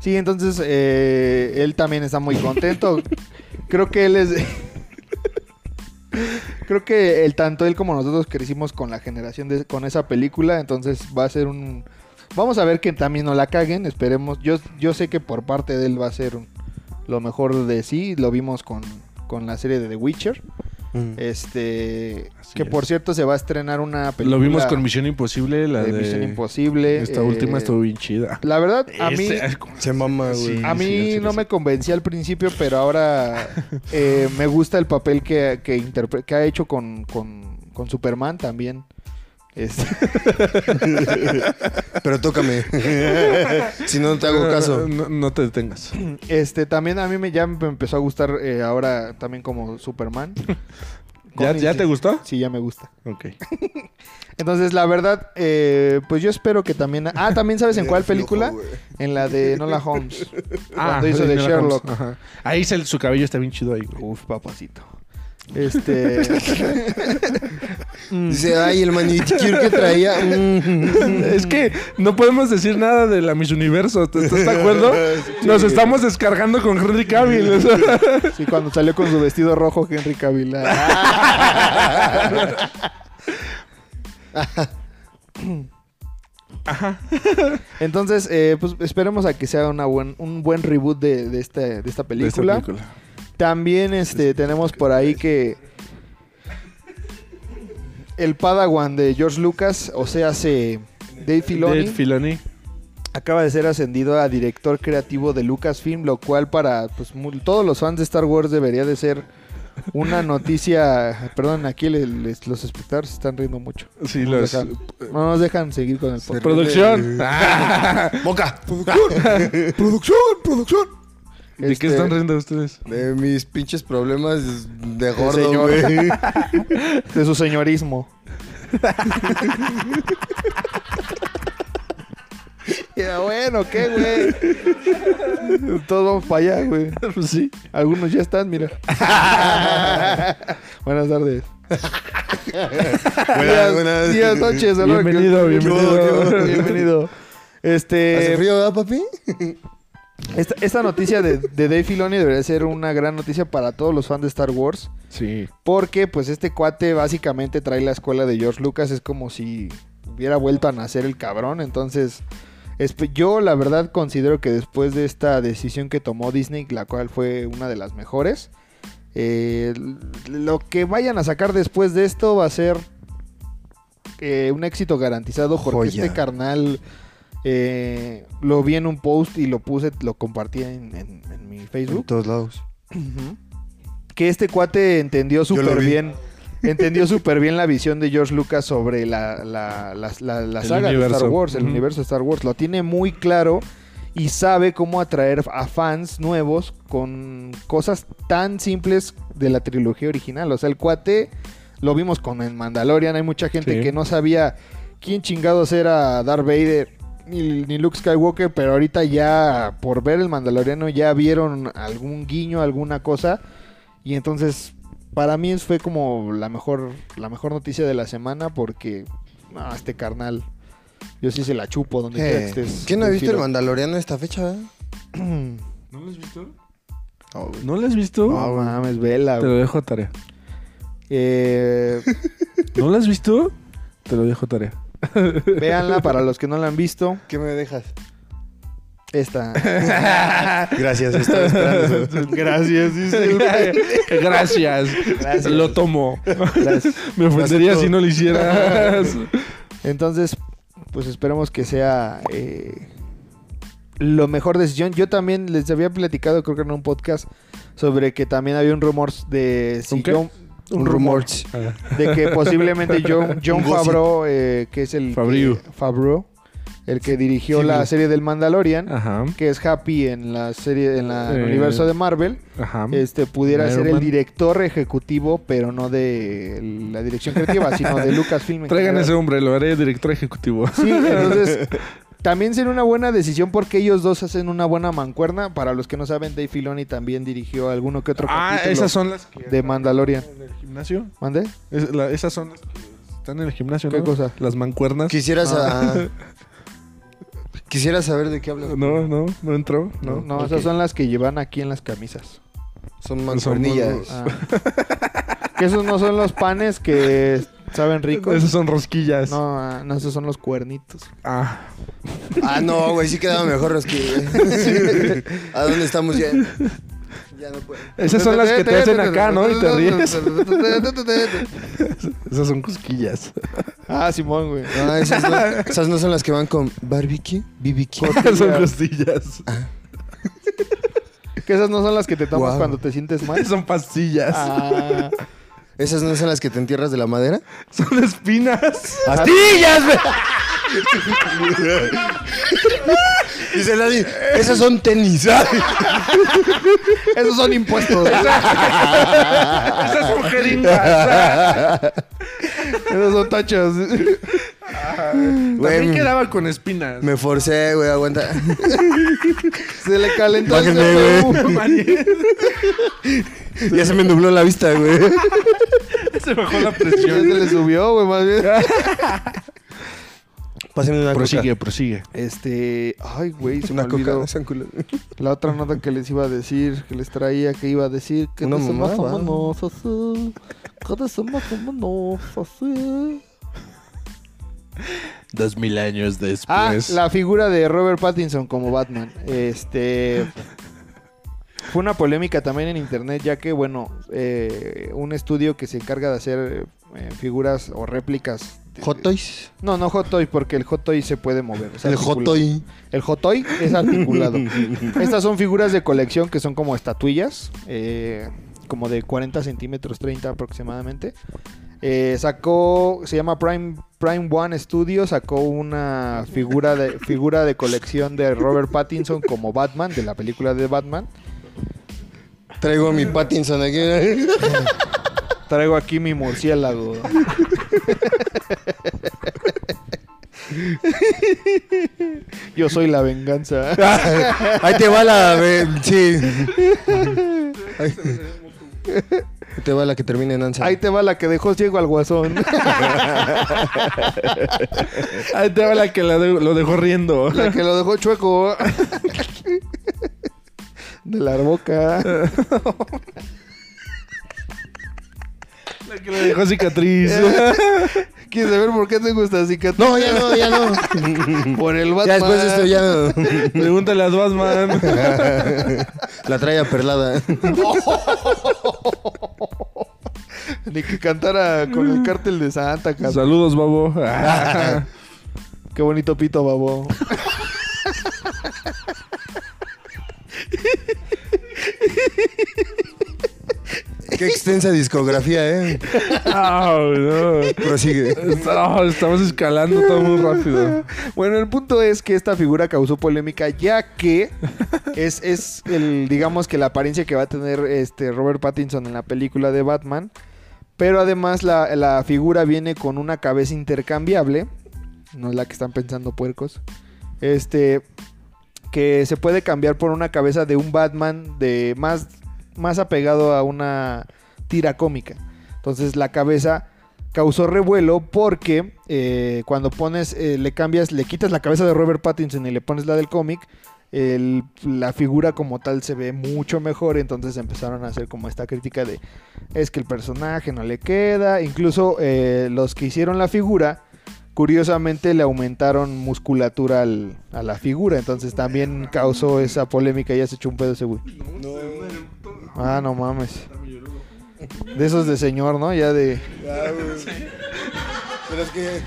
Speaker 3: Sí, entonces eh, él también está muy contento. Creo que él es. Creo que el, tanto él como nosotros crecimos con la generación de, con esa película, entonces va a ser un. Vamos a ver que también no la caguen, esperemos. Yo, yo sé que por parte de él va a ser un- lo mejor de sí, lo vimos con, con la serie de The Witcher.
Speaker 1: Eh,
Speaker 3: Este.
Speaker 4: Así
Speaker 3: que
Speaker 4: es.
Speaker 3: por cierto se va a estrenar una película.
Speaker 4: Lo vimos con Misión Imposible, la
Speaker 3: de
Speaker 4: de,
Speaker 3: Misión Imposible.
Speaker 4: Esta
Speaker 3: eh,
Speaker 4: última estuvo bien chida.
Speaker 3: La verdad, a mí.
Speaker 4: Este, ¿cómo
Speaker 1: Se mama,
Speaker 4: Sí.
Speaker 1: güey.
Speaker 3: A mí
Speaker 4: sí,
Speaker 3: no
Speaker 4: sí.
Speaker 3: me convencía al principio, pero ahora eh, me gusta el papel que, que, interpre- que ha hecho con, con- con Superman también. Este,
Speaker 1: Pero tócame. si no, no te hago caso.
Speaker 4: No, no te detengas.
Speaker 3: este, también a mí me, ya me empezó a gustar eh, ahora también como Superman.
Speaker 4: ¿Ya,
Speaker 3: Con-
Speaker 4: ya te gustó?
Speaker 3: Sí, ya me gusta.
Speaker 4: Ok.
Speaker 3: Entonces, la verdad, eh, pues yo espero que también... Ah, también sabes en cuál
Speaker 1: Flojo,
Speaker 3: película?
Speaker 1: güey.
Speaker 3: En la de Nola Holmes. Cuando hizo de
Speaker 4: Indiana
Speaker 3: Sherlock.
Speaker 4: Holmes. Ah, Ajá. Ahí se- su cabello está bien chido ahí, güey.
Speaker 3: Uf, papacito. Este... Mm.
Speaker 1: Dice, ay, el manicure que traía. mm".
Speaker 4: Es que no podemos decir nada de la Miss Universo, ¿te- ¿estás de acuerdo? Nos estamos descargando con Henry Cavill. o sea.
Speaker 3: Sí, cuando salió con su vestido rojo Henry Cavill. Ah. Entonces, eh, pues esperemos a que sea una buen, un buen reboot de, de este- de esta
Speaker 4: De esta
Speaker 3: película.
Speaker 4: película.
Speaker 3: También este, tenemos por ahí que el Padawan de George Lucas, o sea, se Dave Filoni,
Speaker 4: Dave Filoni.
Speaker 3: acaba de ser ascendido a director creativo de Lucasfilm, lo cual para pues, mu- todos los fans de Star Wars debería de ser una noticia. Perdón, aquí le- les- los espectadores se están riendo mucho.
Speaker 4: Sí,
Speaker 3: No
Speaker 4: los-
Speaker 3: nos dejan-
Speaker 4: eh,
Speaker 3: no nos dejan seguir con el podcast.
Speaker 4: Producción. Ah.
Speaker 1: Boca.
Speaker 4: producción, producción. ¿De
Speaker 3: Este-
Speaker 4: qué están riendo ustedes?
Speaker 1: De mis pinches problemas de
Speaker 3: señor.
Speaker 1: gordo, güey.
Speaker 3: De su señorismo. Ya, bueno, ¿qué, güey? Todos vamos para allá, güey.
Speaker 4: Sí.
Speaker 3: Algunos ya están, mira. Buenas tardes.
Speaker 1: Buenas, buenas.
Speaker 3: Días, noches. a la hora que-
Speaker 4: Bienvenido,
Speaker 1: Yo,
Speaker 4: bienvenido.
Speaker 1: yo.
Speaker 3: Bienvenido.
Speaker 1: ¿Hace
Speaker 3: Este,
Speaker 1: frío, verdad, papi?
Speaker 3: esta, esta noticia de, de Dave Filoni debería ser una gran noticia para todos los fans de Star Wars.
Speaker 4: Sí.
Speaker 3: Porque pues este cuate básicamente trae la escuela de George Lucas, es como si hubiera vuelto a nacer el cabrón, entonces esp- yo la verdad considero que después de esta decisión que tomó Disney, la cual fue una de las mejores, eh, l- lo que vayan a sacar después de esto va a ser eh, un éxito garantizado porque
Speaker 1: Joya.
Speaker 3: este carnal eh, lo vi en un post y lo puse, lo compartí en, en- en mi Facebook.
Speaker 1: En todos lados.
Speaker 3: Que este cuate entendió
Speaker 1: Yo lo
Speaker 3: súper
Speaker 1: vi.
Speaker 3: bien. Entendió súper bien la visión de George Lucas sobre la, la- la- la- la
Speaker 4: El
Speaker 3: saga de Star
Speaker 4: universo.
Speaker 3: Wars, el
Speaker 4: Ujú.
Speaker 3: universo de Star Wars. Lo tiene muy claro y sabe cómo atraer a fans nuevos con cosas tan simples de la trilogía original. O sea, el cuate lo vimos con el Mandalorian. Hay mucha gente
Speaker 4: Sí.
Speaker 3: que no sabía quién chingados era Darth Vader ni, ni Luke Skywalker, pero ahorita ya por ver el Mandaloriano ya vieron algún guiño, alguna cosa. Y entonces, para mí fue como la mejor, la mejor noticia de la semana porque no, este carnal, yo sí se la chupo donde quiera que
Speaker 1: Eh,
Speaker 3: estés.
Speaker 1: ¿Quién no ha
Speaker 3: Dave
Speaker 1: visto el
Speaker 3: Filoni.
Speaker 1: Mandaloriano a esta fecha? eh?
Speaker 4: ¿No lo has visto?
Speaker 3: Ah,
Speaker 1: No, güey.
Speaker 4: ¿No lo has visto?
Speaker 3: No mames, vela.
Speaker 4: Te lo
Speaker 3: güey.
Speaker 4: dejo a tarea.
Speaker 3: Eh,
Speaker 4: ¿No lo has visto? Te lo dejo a tarea.
Speaker 3: véanla para los que no la han visto.
Speaker 1: ¿Qué me dejas?
Speaker 3: Esta.
Speaker 1: Gracias, estaba esperando.
Speaker 3: Gracias, dice
Speaker 4: Gracias.
Speaker 3: Gracias.
Speaker 4: Lo tomo.
Speaker 3: Gracias.
Speaker 4: Me ofendería si no lo hicieras.
Speaker 3: Entonces, pues esperemos que sea eh, lo mejor decisión. Yo también les había platicado, creo que en un podcast, sobre que también había un rumor de si
Speaker 4: ¿Un qué?
Speaker 3: John- un rumor de que posiblemente John, John
Speaker 1: Un gossip.
Speaker 3: Favreau, eh, que es el que-
Speaker 4: Favreau.
Speaker 3: Favreau, el que dirigió la
Speaker 4: Favreau.
Speaker 3: serie del Mandalorian,
Speaker 4: Ajá.
Speaker 3: que es Happy en la serie, en la- el
Speaker 4: Ah. Eh,
Speaker 3: universo de Marvel,
Speaker 4: Ajá.
Speaker 3: este pudiera
Speaker 4: Iron
Speaker 3: ser el
Speaker 4: Man.
Speaker 3: director ejecutivo, pero no de la dirección creativa, sino de Lucasfilm. en
Speaker 4: Traigan
Speaker 3: general.
Speaker 4: ese hombre, lo haré director ejecutivo.
Speaker 3: Sí, entonces también sería una buena decisión porque ellos dos hacen una buena mancuerna. Para los que no saben, Dave Filoni también dirigió alguno que otro
Speaker 4: Ah,
Speaker 3: capítulo
Speaker 4: esas son las que
Speaker 3: de Mandalorian.
Speaker 4: en el gimnasio.
Speaker 3: ¿Mande?
Speaker 4: Es- la- esas son las que están en el gimnasio,
Speaker 3: ¿Qué
Speaker 4: ¿no?
Speaker 3: cosa?
Speaker 4: Las mancuernas.
Speaker 1: Quisieras a- Quisiera saber de qué hablas.
Speaker 4: No, no, no entró, no.
Speaker 3: No,
Speaker 1: ok.
Speaker 3: esas son las que llevan aquí en las camisas.
Speaker 1: Son manzanillas.
Speaker 3: Ah. que esos no son los panes que saben ricos.
Speaker 4: Esas son rosquillas.
Speaker 3: No, ah, no, esos son los cuernitos.
Speaker 4: Ah,
Speaker 1: Ah, no, güey, sí quedaba mejor los que. ¿A dónde estamos ya? Ya no puedo.
Speaker 4: esas son las que te hacen acá, ¿no? Y te ríes. Esas son cosquillas.
Speaker 3: Ah, Simón, güey.
Speaker 1: No, esas, no, esas no son las que van con barbecue, BBQ.
Speaker 4: son costillas.
Speaker 3: Que esas no son las que te tomas
Speaker 1: Guau.
Speaker 3: cuando te sientes mal.
Speaker 4: Son pastillas.
Speaker 3: Ah.
Speaker 1: Esas no son las que te entierras de la madera.
Speaker 4: Son espinas.
Speaker 1: ¡Astillas, güey! Dice Lali, esas son tenis.
Speaker 3: Esos son impuestos.
Speaker 4: Esas Ah, son jeringas.
Speaker 3: Esos son tachos.
Speaker 4: También
Speaker 1: Güey,
Speaker 4: quedaba con espinas.
Speaker 1: Me forcé, güey, aguanta.
Speaker 3: Se le calentó el
Speaker 1: Bájenle,
Speaker 3: CPU.
Speaker 1: Ya se me nubló la vista, güey.
Speaker 4: Se bajó la
Speaker 3: Ya se
Speaker 4: presión.
Speaker 3: le subió, güey, más bien.
Speaker 1: Pásenme una
Speaker 4: Prosigue, prosigue.
Speaker 3: Este, ay, güey, se
Speaker 1: coca. Una
Speaker 3: me olvidó.
Speaker 1: coca, San culo.
Speaker 3: La otra nota que les iba a decir, que les traía, que iba a decir, que
Speaker 1: Una
Speaker 3: no somos
Speaker 1: mamada.
Speaker 3: humanos así, que no somos humanos así.
Speaker 4: Dos mil años después.
Speaker 3: Ah, la figura de Robert Pattinson como Batman. Este. Fue una polémica también en internet, ya que, bueno, eh, un estudio que se encarga de hacer eh, figuras o réplicas. de-
Speaker 1: Hot Toys.
Speaker 3: No, no Hot Toy, porque el Hot Toy se puede mover. es
Speaker 1: El
Speaker 3: articulado.
Speaker 1: Hot Toy.
Speaker 3: El Hot Toy es articulado. Estas son figuras de colección que son como estatuillas, eh, como de 40 centímetros, 30 aproximadamente. Eh, sacó, se llama Prime, Prime One Studio, sacó una figura de, figura de colección de Robert Pattinson como Batman, de la película de Batman.
Speaker 1: Traigo mi Pattinson aquí.
Speaker 3: Traigo aquí mi murciélago. Yo soy la venganza.
Speaker 1: Ahí te va la. eh, Sí. Ahí Ahí te va la que termina en ansa.
Speaker 3: Ahí te va la que dejó ciego al guasón.
Speaker 4: Ahí te va la que la de- lo dejó riendo.
Speaker 3: La que lo dejó chueco. De la boca.
Speaker 4: La que lo dejó cicatriz.
Speaker 3: ¿Quieres saber por qué tengo esta cicatriz?
Speaker 1: No, ya no, ya no.
Speaker 3: Por el
Speaker 1: Ya
Speaker 3: Batman.
Speaker 1: después de esto ya no.
Speaker 4: Pregúntale a Batman.
Speaker 1: La trae aperlada.
Speaker 3: Ni que cantara con el cártel de Santa. cabrón.
Speaker 4: Saludos, babo.
Speaker 3: Qué bonito pito, babo.
Speaker 1: Qué extensa discografía, eh.
Speaker 4: Ah, no.
Speaker 1: Prosigue.
Speaker 4: Ah, estamos escalando todo muy rápido.
Speaker 3: Bueno, el punto es que esta figura causó polémica ya que es, es el, digamos que la apariencia que va a tener este Robert Pattinson en la película de Batman. Pero además la, la figura viene con una cabeza intercambiable. No es la que están pensando puercos. Este. Que se puede cambiar por una cabeza de un Batman de más, más apegado a una tira cómica. Entonces la cabeza causó revuelo porque eh, cuando pones, eh, le cambias, le quitas la cabeza de Robert Pattinson y le pones la del cómic, el- la figura como tal se ve mucho mejor. Entonces empezaron a hacer como esta crítica de es que el personaje no le queda. Incluso eh, los que hicieron la figura, curiosamente le aumentaron musculatura al- a la figura. Entonces también causó esa polémica. Ya se echó un pedo ese güey. Ah, no mames. De esos de señor, ¿no? Ya de.
Speaker 1: Pero es que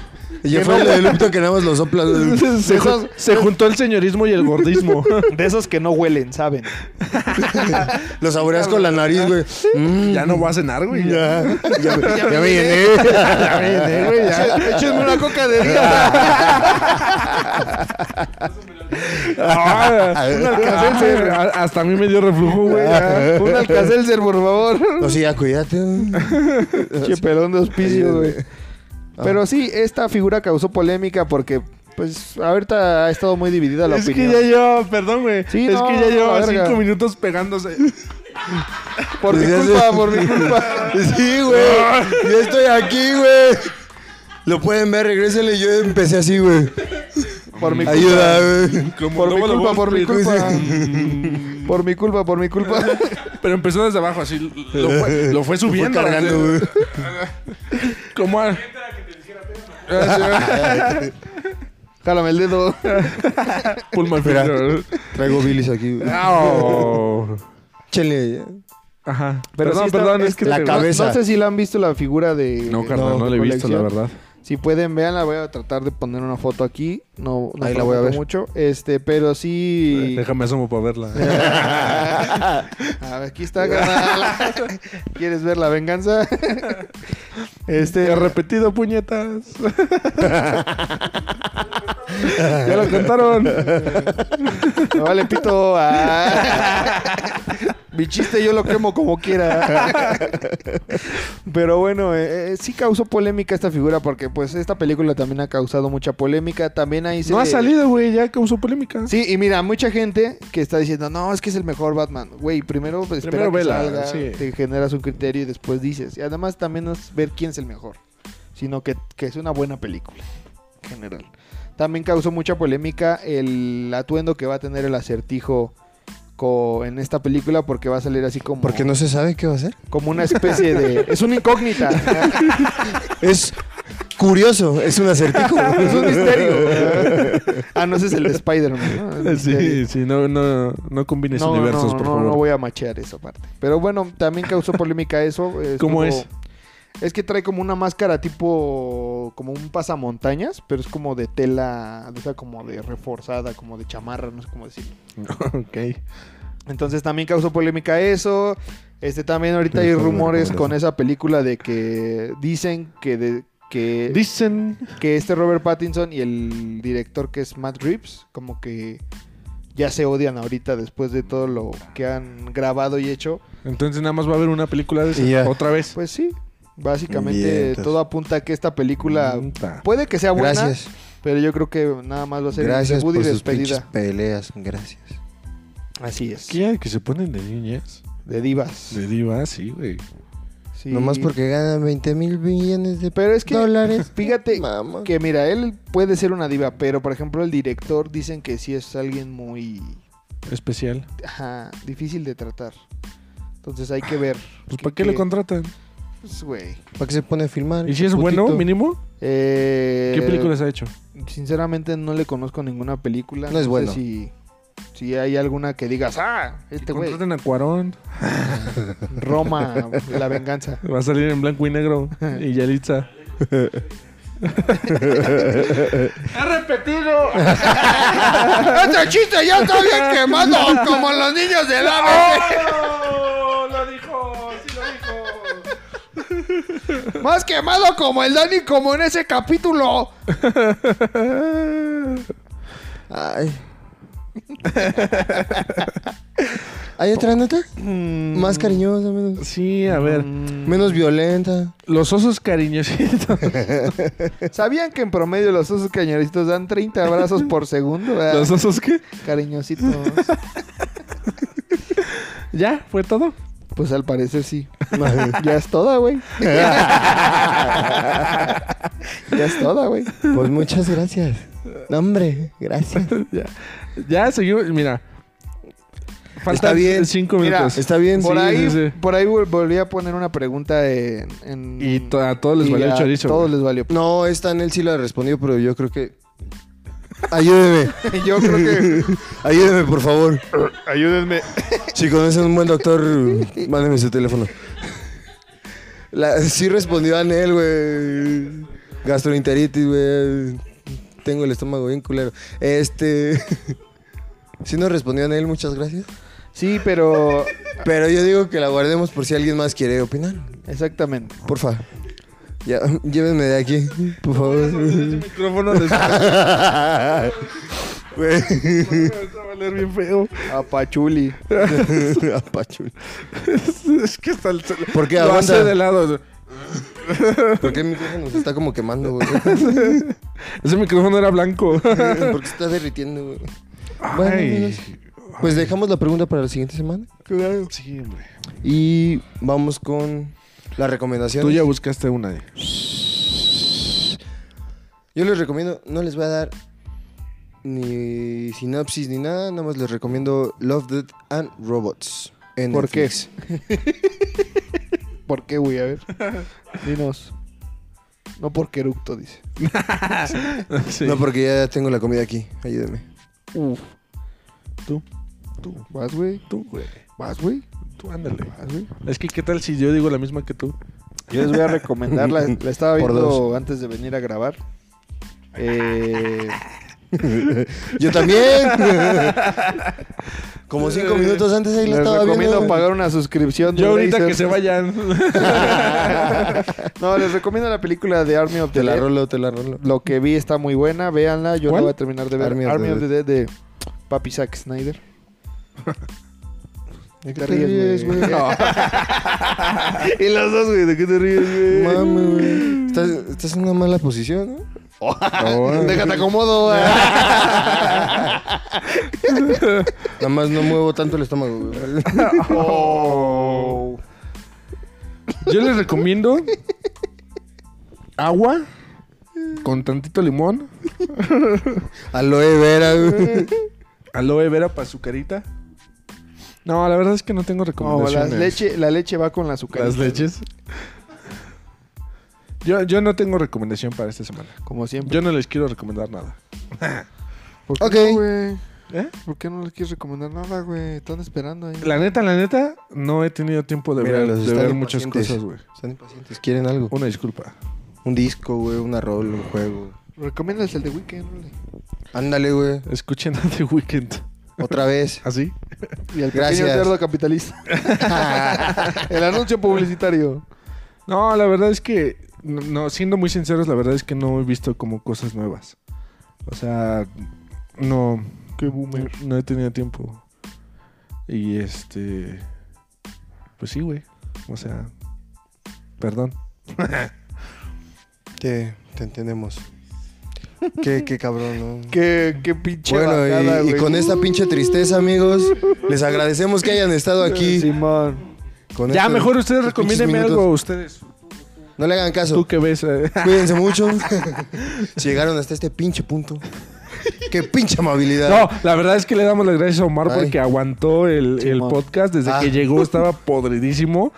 Speaker 1: Y ya fue el eructo que nada más lo sopla.
Speaker 3: Este,
Speaker 4: Se, ju-
Speaker 3: esos-
Speaker 4: se juntó el señorismo y el gordismo.
Speaker 3: De esos que no huelen, ¿saben?
Speaker 1: Lo saboreas con la nariz, güey. Mm,
Speaker 4: ya no voy a cenar, güey. ya.
Speaker 1: Ya, ya me, ya me llené.
Speaker 4: Ya me llené, güey, ya.
Speaker 3: Échenme una coca de día.
Speaker 4: Ah, un Alka-Seltzer. A- Hasta a mí me dio reflujo, güey. ya.
Speaker 3: Un alcacelser, por favor.
Speaker 1: No, sí, ya cuídate.
Speaker 3: Che pelón de hospicio, güey.
Speaker 1: Ah.
Speaker 3: Pero sí, esta figura causó polémica porque, pues, ahorita ha estado muy dividida la
Speaker 4: Es
Speaker 3: opinión.
Speaker 4: que ya lleva, perdón, güey.
Speaker 3: Sí,
Speaker 4: es
Speaker 3: no,
Speaker 4: que ya lleva
Speaker 3: la verga.
Speaker 4: cinco minutos pegándose.
Speaker 3: Por mi
Speaker 1: Desde hace-
Speaker 3: culpa, por mi culpa.
Speaker 1: Sí, güey. Yo estoy aquí, güey. Lo pueden ver, regrésenle. Yo empecé así, güey.
Speaker 3: Por mi culpa.
Speaker 1: Ayuda, güey.
Speaker 4: Como
Speaker 3: Por mi
Speaker 4: luego lo
Speaker 3: culpa,
Speaker 4: vemos,
Speaker 3: por mi
Speaker 4: pero-
Speaker 3: culpa.
Speaker 4: Mm.
Speaker 3: Por mi culpa, por mi culpa.
Speaker 4: Pero empezó desde abajo, así. Lo fue, lo
Speaker 1: Fue
Speaker 4: fue subiendo.
Speaker 1: cargando,
Speaker 4: así.
Speaker 1: güey.
Speaker 4: Como a-
Speaker 3: Jálame el dedo.
Speaker 4: Pull my
Speaker 1: Espera.
Speaker 4: finger.
Speaker 1: Traigo bilis aquí, güey.
Speaker 4: Ah. Au.
Speaker 1: Échenle. ya.
Speaker 4: Ajá.
Speaker 3: Pero
Speaker 4: perdón,
Speaker 3: sí está-
Speaker 4: perdón, es
Speaker 3: este-
Speaker 4: que
Speaker 1: la
Speaker 4: te-
Speaker 1: cabeza.
Speaker 3: No sé si la han visto la figura de...
Speaker 4: No, carnal, no,
Speaker 1: No,
Speaker 4: la he visto, la
Speaker 3: colección.
Speaker 4: verdad.
Speaker 3: Si pueden, veanla. Voy a tratar de poner una foto aquí. No, no
Speaker 1: Ahí la voy a
Speaker 3: prometo
Speaker 1: ver.
Speaker 3: mucho. Este, pero sí...
Speaker 4: Déjame asomo para verla.
Speaker 3: A ver, aquí está, carnal. ¿Quieres ver la venganza? Este,
Speaker 4: He repetido puñetas. ya lo contaron.
Speaker 3: me vale pito. Ah. Mi chiste yo lo quemo como quiera. Pero bueno, eh, eh, sí causó polémica esta figura porque pues esta película también ha causado mucha polémica. También ahí se
Speaker 4: No ha
Speaker 3: le-
Speaker 4: salido, güey, ya causó polémica.
Speaker 3: Sí, y mira, mucha gente que está diciendo, no, es que es el mejor Batman. Güey, primero pues, espera
Speaker 4: Primero
Speaker 3: que
Speaker 4: vela,
Speaker 3: salga,
Speaker 4: sí.
Speaker 3: te generas un criterio y después dices. Y además también no es ver quién es el mejor, sino que, que es una buena película, en general. También causó mucha polémica el atuendo que va a tener el acertijo co- en esta película porque va a salir así como,
Speaker 1: Porque no se sabe qué va a hacer.
Speaker 3: como una especie de... es una incógnita,
Speaker 1: Es curioso, es un acertijo.
Speaker 3: es un misterio. ah, no, ese es el de Spider-Man. ¿no? Es un misterio.
Speaker 4: Eh, Sí, sí, no, no, no combines
Speaker 3: no,
Speaker 4: universos, por
Speaker 3: no,
Speaker 4: favor.
Speaker 3: no voy a machear esa parte. Pero bueno, también causó polémica eso. eh,
Speaker 4: ¿Cómo
Speaker 3: estuvo-
Speaker 4: es?
Speaker 3: Es que trae como una máscara tipo, como un pasamontañas, pero es como de tela, de esa como de reforzada, como de chamarra, no sé cómo decirlo.
Speaker 4: ok.
Speaker 3: Entonces también causó polémica eso. Este también ahorita hay
Speaker 4: Pero está muy
Speaker 3: rumores
Speaker 4: recomendado.
Speaker 3: con esa película de que dicen que de, que
Speaker 4: Dicen.
Speaker 3: que este Robert Pattinson y el director que es Matt Reeves, como que ya se odian ahorita después de todo lo que han grabado y hecho.
Speaker 4: Entonces nada más va a haber una película de esa.
Speaker 1: Y ya.
Speaker 4: Otra vez.
Speaker 3: Pues sí, básicamente
Speaker 1: Vientos.
Speaker 3: todo apunta a que esta película
Speaker 4: Puta.
Speaker 3: puede que sea buena,
Speaker 1: Gracias.
Speaker 3: pero yo creo que nada más va a ser un
Speaker 1: Gracias
Speaker 3: debut y
Speaker 1: por sus pinches
Speaker 3: despedida.
Speaker 1: peleas. Gracias.
Speaker 3: Así es.
Speaker 4: ¿Qué hay que se ponen de niñas?
Speaker 3: De divas.
Speaker 4: De divas, sí, güey.
Speaker 3: Sí.
Speaker 1: Nomás porque ganan 20 mil millones de
Speaker 3: Pero es que
Speaker 1: dólares.
Speaker 3: fíjate
Speaker 1: Mamá.
Speaker 3: que mira, él puede ser una diva, pero por ejemplo el director dicen que sí es alguien muy
Speaker 4: Especial.
Speaker 3: ajá, difícil de tratar. Entonces hay que ver.
Speaker 4: Pues ¿para qué le contratan?
Speaker 3: Pues, güey.
Speaker 1: ¿Para qué se pone a filmar?
Speaker 4: ¿Y si es
Speaker 1: putito?
Speaker 4: bueno, mínimo?
Speaker 3: Eh,
Speaker 4: ¿Qué películas ha hecho?
Speaker 3: Sinceramente no le conozco ninguna película.
Speaker 1: No es bueno.
Speaker 3: Sé si, si hay alguna que digas, ah, este güey,
Speaker 4: Contraten a Cuarón.
Speaker 3: Roma, la venganza.
Speaker 4: Va a salir en blanco y negro. y Yalitza.
Speaker 3: ¡Este chiste ya está bien quemado! ¡Como los niños del ave!
Speaker 4: ¡Lo dijo! ¡Sí lo dijo!
Speaker 3: ¡Más quemado como el Dani, como en ese capítulo!
Speaker 1: Ay. ¿Hay otra nota?
Speaker 3: Mm.
Speaker 1: Más cariñosa, menos,
Speaker 4: Sí, a ver.
Speaker 1: menos violenta.
Speaker 4: Los osos cariñositos.
Speaker 3: ¿Sabían que en promedio los osos cañoneritos dan 30 abrazos por segundo?
Speaker 4: ¿Los
Speaker 3: ¿verdad?
Speaker 4: osos qué?
Speaker 3: Cariñositos.
Speaker 4: ¿Ya? ¿Fue todo?
Speaker 3: Pues al parecer sí. ya es toda, güey. ya es toda, güey.
Speaker 1: Pues muchas gracias. No, hombre, gracias.
Speaker 4: Ya seguimos. Mira. Faltan
Speaker 1: Está bien.
Speaker 4: cinco
Speaker 3: Mira,
Speaker 4: minutos.
Speaker 1: Está bien.
Speaker 4: Sí,
Speaker 3: Por ahí,
Speaker 4: sí, sí.
Speaker 3: por ahí vol- volví a poner una pregunta en. en-
Speaker 4: Y to- a todos les
Speaker 3: y
Speaker 4: valió
Speaker 3: a
Speaker 4: chorizo.
Speaker 3: Todos
Speaker 4: güey.
Speaker 3: les valió.
Speaker 1: No, esta él sí la respondió, pero yo creo que. Ayúdeme,
Speaker 3: Yo creo que.
Speaker 1: ayúdeme, por favor.
Speaker 3: Ayúdenme.
Speaker 1: Si conocen un buen doctor, mándeme su teléfono. La, sí respondió Anel, güey. Gastroenteritis, güey. Tengo el estómago bien culero. Este. Si nos respondían él, muchas gracias.
Speaker 3: Sí, pero.
Speaker 1: Pero yo digo que la guardemos por si alguien más quiere opinar.
Speaker 3: Exactamente.
Speaker 1: Porfa. Ya, llévenme de aquí, por favor.
Speaker 4: micrófono les va
Speaker 1: Güey.
Speaker 4: a valer bien feo.
Speaker 3: A Pachuli.
Speaker 1: Apachul.
Speaker 4: es que hasta el...
Speaker 1: ¿Por qué
Speaker 4: lo hace
Speaker 1: aguanta?
Speaker 4: de lado.
Speaker 1: ¿Por qué mi micrófono nos está como quemando, güey?
Speaker 4: Ese micrófono era blanco.
Speaker 1: Porque se está derritiendo, güey. Bueno, amigos, pues dejamos la pregunta para la siguiente semana.
Speaker 4: Claro. Sí, hombre.
Speaker 1: Y vamos con la recomendación.
Speaker 4: Tú ya buscaste una. eh.
Speaker 1: Yo les recomiendo, no les voy a dar ni sinopsis ni nada, nada más les recomiendo Love, Death and Robots. en
Speaker 3: ¿Por qué?
Speaker 1: Netflix.
Speaker 3: ¿Por qué, güey? A ver. Dinos. No porque eructo, dice.
Speaker 4: Sí.
Speaker 1: No, porque ya tengo la comida aquí. Ayúdenme.
Speaker 3: Uf. Tú. Tú. Vas, güey.
Speaker 4: Tú, güey.
Speaker 3: Vas, güey.
Speaker 4: Tú ándale.
Speaker 3: Vas, güey.
Speaker 4: Es que, ¿qué tal si yo digo la misma que tú?
Speaker 3: Yo les voy a recomendar, la, la estaba
Speaker 1: Por
Speaker 3: viendo
Speaker 1: dos.
Speaker 3: antes de venir a grabar. Eh,
Speaker 1: Yo también. Como cinco minutos antes ahí lo
Speaker 3: Eh, les
Speaker 1: estaba
Speaker 3: recomiendo
Speaker 1: viendo.
Speaker 3: pagar una suscripción. de
Speaker 4: Yo ahorita
Speaker 3: Razer.
Speaker 4: que se vayan.
Speaker 3: no, les recomiendo la película de Army of the
Speaker 1: Te la
Speaker 3: Dead.
Speaker 1: rolo, te la rolo.
Speaker 3: Lo que vi está muy buena, véanla. Yo
Speaker 4: ¿Cuál?
Speaker 3: la voy a terminar de ver. Army, of the Dead de Papi Zack Snyder. ¿De qué te ríes, güey? y los dos, güey, ¿de qué te ríes, güey?
Speaker 1: Mami, güey. Estás, estás en una mala posición, ¿no?
Speaker 3: Déjate acomodo, güey.
Speaker 1: Nada más no muevo tanto el estómago. güey.
Speaker 4: Yo les recomiendo agua con tantito limón,
Speaker 1: Aloe vera, güey.
Speaker 4: aloe vera para su carita. No, la verdad es que no tengo
Speaker 3: Como las
Speaker 4: recomendaciones.
Speaker 3: leche, la leche va con la azúcar.
Speaker 4: Las leches. Yo, yo no tengo recomendación para esta semana.
Speaker 3: Como siempre.
Speaker 4: Yo no les quiero recomendar nada.
Speaker 3: ¿Por qué
Speaker 1: Ok.
Speaker 3: no, güey?
Speaker 4: ¿Eh?
Speaker 3: ¿Por qué no les quieres recomendar nada, güey? Están esperando ahí.
Speaker 4: La neta, la neta, no he tenido tiempo de
Speaker 1: Mira,
Speaker 4: ver,
Speaker 1: los
Speaker 4: de
Speaker 1: están
Speaker 4: ver muchas
Speaker 1: impacientes.
Speaker 4: cosas, güey.
Speaker 1: Están impacientes, quieren algo.
Speaker 4: Una disculpa.
Speaker 1: Un disco, güey, una rol, un juego.
Speaker 3: Recomiéndales el de Weekend, güey.
Speaker 1: Ándale, güey.
Speaker 4: Escuchen a The Weeknd. ¿Ah,
Speaker 1: Otra vez.
Speaker 4: ¿Así?
Speaker 3: Y el
Speaker 1: Gracias.
Speaker 3: pequeño cerdo capitalista. el anuncio publicitario.
Speaker 4: No, la verdad es que, no- no, siendo muy sinceros, la verdad es que no he visto como cosas nuevas. O sea, no,
Speaker 3: Qué boomer.
Speaker 4: no he tenido tiempo. Y este, pues sí, güey. O sea, perdón.
Speaker 1: Te, te entendemos. Qué, qué cabrón, ¿no?
Speaker 3: Qué, qué pinche
Speaker 1: bueno, y-
Speaker 3: bajada,
Speaker 1: y,
Speaker 3: güey.
Speaker 1: con esta pinche tristeza, amigos, les agradecemos que hayan estado aquí.
Speaker 3: Simón.
Speaker 1: Con
Speaker 4: ya,
Speaker 1: estos
Speaker 4: mejor ustedes
Speaker 1: pinches
Speaker 4: recomiéndenme
Speaker 1: minutos.
Speaker 4: algo, ustedes.
Speaker 1: No le hagan caso.
Speaker 4: Tú que ves. eh.
Speaker 1: Cuídense mucho. si llegaron hasta este pinche punto. Qué pinche amabilidad.
Speaker 4: No, la verdad es que le damos las gracias a Omar
Speaker 1: Ay.
Speaker 4: porque aguantó el, el
Speaker 3: Simón.
Speaker 4: podcast. Desde
Speaker 1: Ah.
Speaker 4: que llegó estaba podridísimo.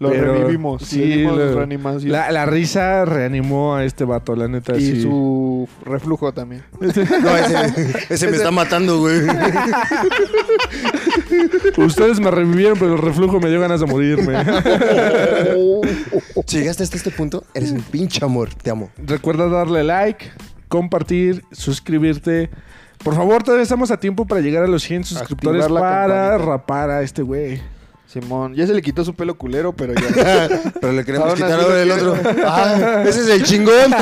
Speaker 3: Lo
Speaker 4: Pero-
Speaker 3: revivimos.
Speaker 4: sí,
Speaker 3: le dimos
Speaker 4: lo-
Speaker 3: reanimación.
Speaker 4: La, la risa reanimó a este vato, la neta.
Speaker 3: y
Speaker 4: sí.
Speaker 3: su reflujo también.
Speaker 1: No, ese, ese me está matando, güey.
Speaker 4: Ustedes me revivieron, pero el reflujo me dio ganas de morirme.
Speaker 1: Si llegaste hasta este punto, eres un pinche amor. Te amo.
Speaker 4: Recuerda darle like, compartir, suscribirte. Por favor, todavía estamos a tiempo para llegar a los 100 suscriptores
Speaker 3: Activar la
Speaker 4: para
Speaker 3: campanita.
Speaker 4: rapar a este güey.
Speaker 3: Simón. Ya se le quitó su pelo culero, pero ya.
Speaker 4: Ah,
Speaker 1: Pero le queremos
Speaker 3: Ahora
Speaker 1: quitar
Speaker 3: sí lo
Speaker 1: ahora el
Speaker 3: quiero.
Speaker 1: otro. Ah, ese es el chingón.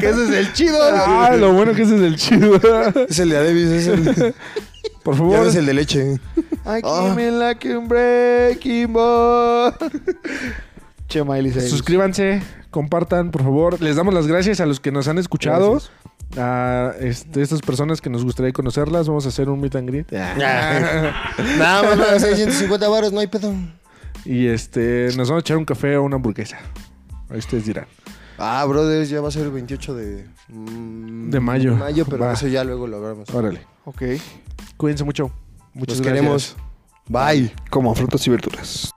Speaker 3: que ese es el chido.
Speaker 4: Ah, lo bueno que ese es el chido.
Speaker 1: es el de Adebis, es el,
Speaker 4: Por
Speaker 1: ya no
Speaker 4: favor,
Speaker 1: es el de leche.
Speaker 3: I
Speaker 1: Ah.
Speaker 3: came in like a breaking ball. che, Miley Cyrus.
Speaker 4: suscríbanse, compartan, por favor. Les damos las gracias a los que nos han escuchado.
Speaker 3: Gracias.
Speaker 4: a este, estas personas que nos gustaría conocerlas. Vamos a hacer un meet and greet. Ah.
Speaker 1: Nada más para 650 baros, no hay pedo.
Speaker 4: Y este, nos vamos a echar un café o una hamburguesa. Ahí ustedes dirán.
Speaker 1: Ah, brothers, ya va a ser el 28 de... mm,
Speaker 4: De mayo.
Speaker 1: Mayo, pero
Speaker 4: Va.
Speaker 1: eso ya luego lo hablamos.
Speaker 4: Órale.
Speaker 3: Ok.
Speaker 4: Cuídense mucho. Muchas
Speaker 1: Los
Speaker 4: gracias.
Speaker 1: queremos. Bye.
Speaker 3: Como frutas y verduras.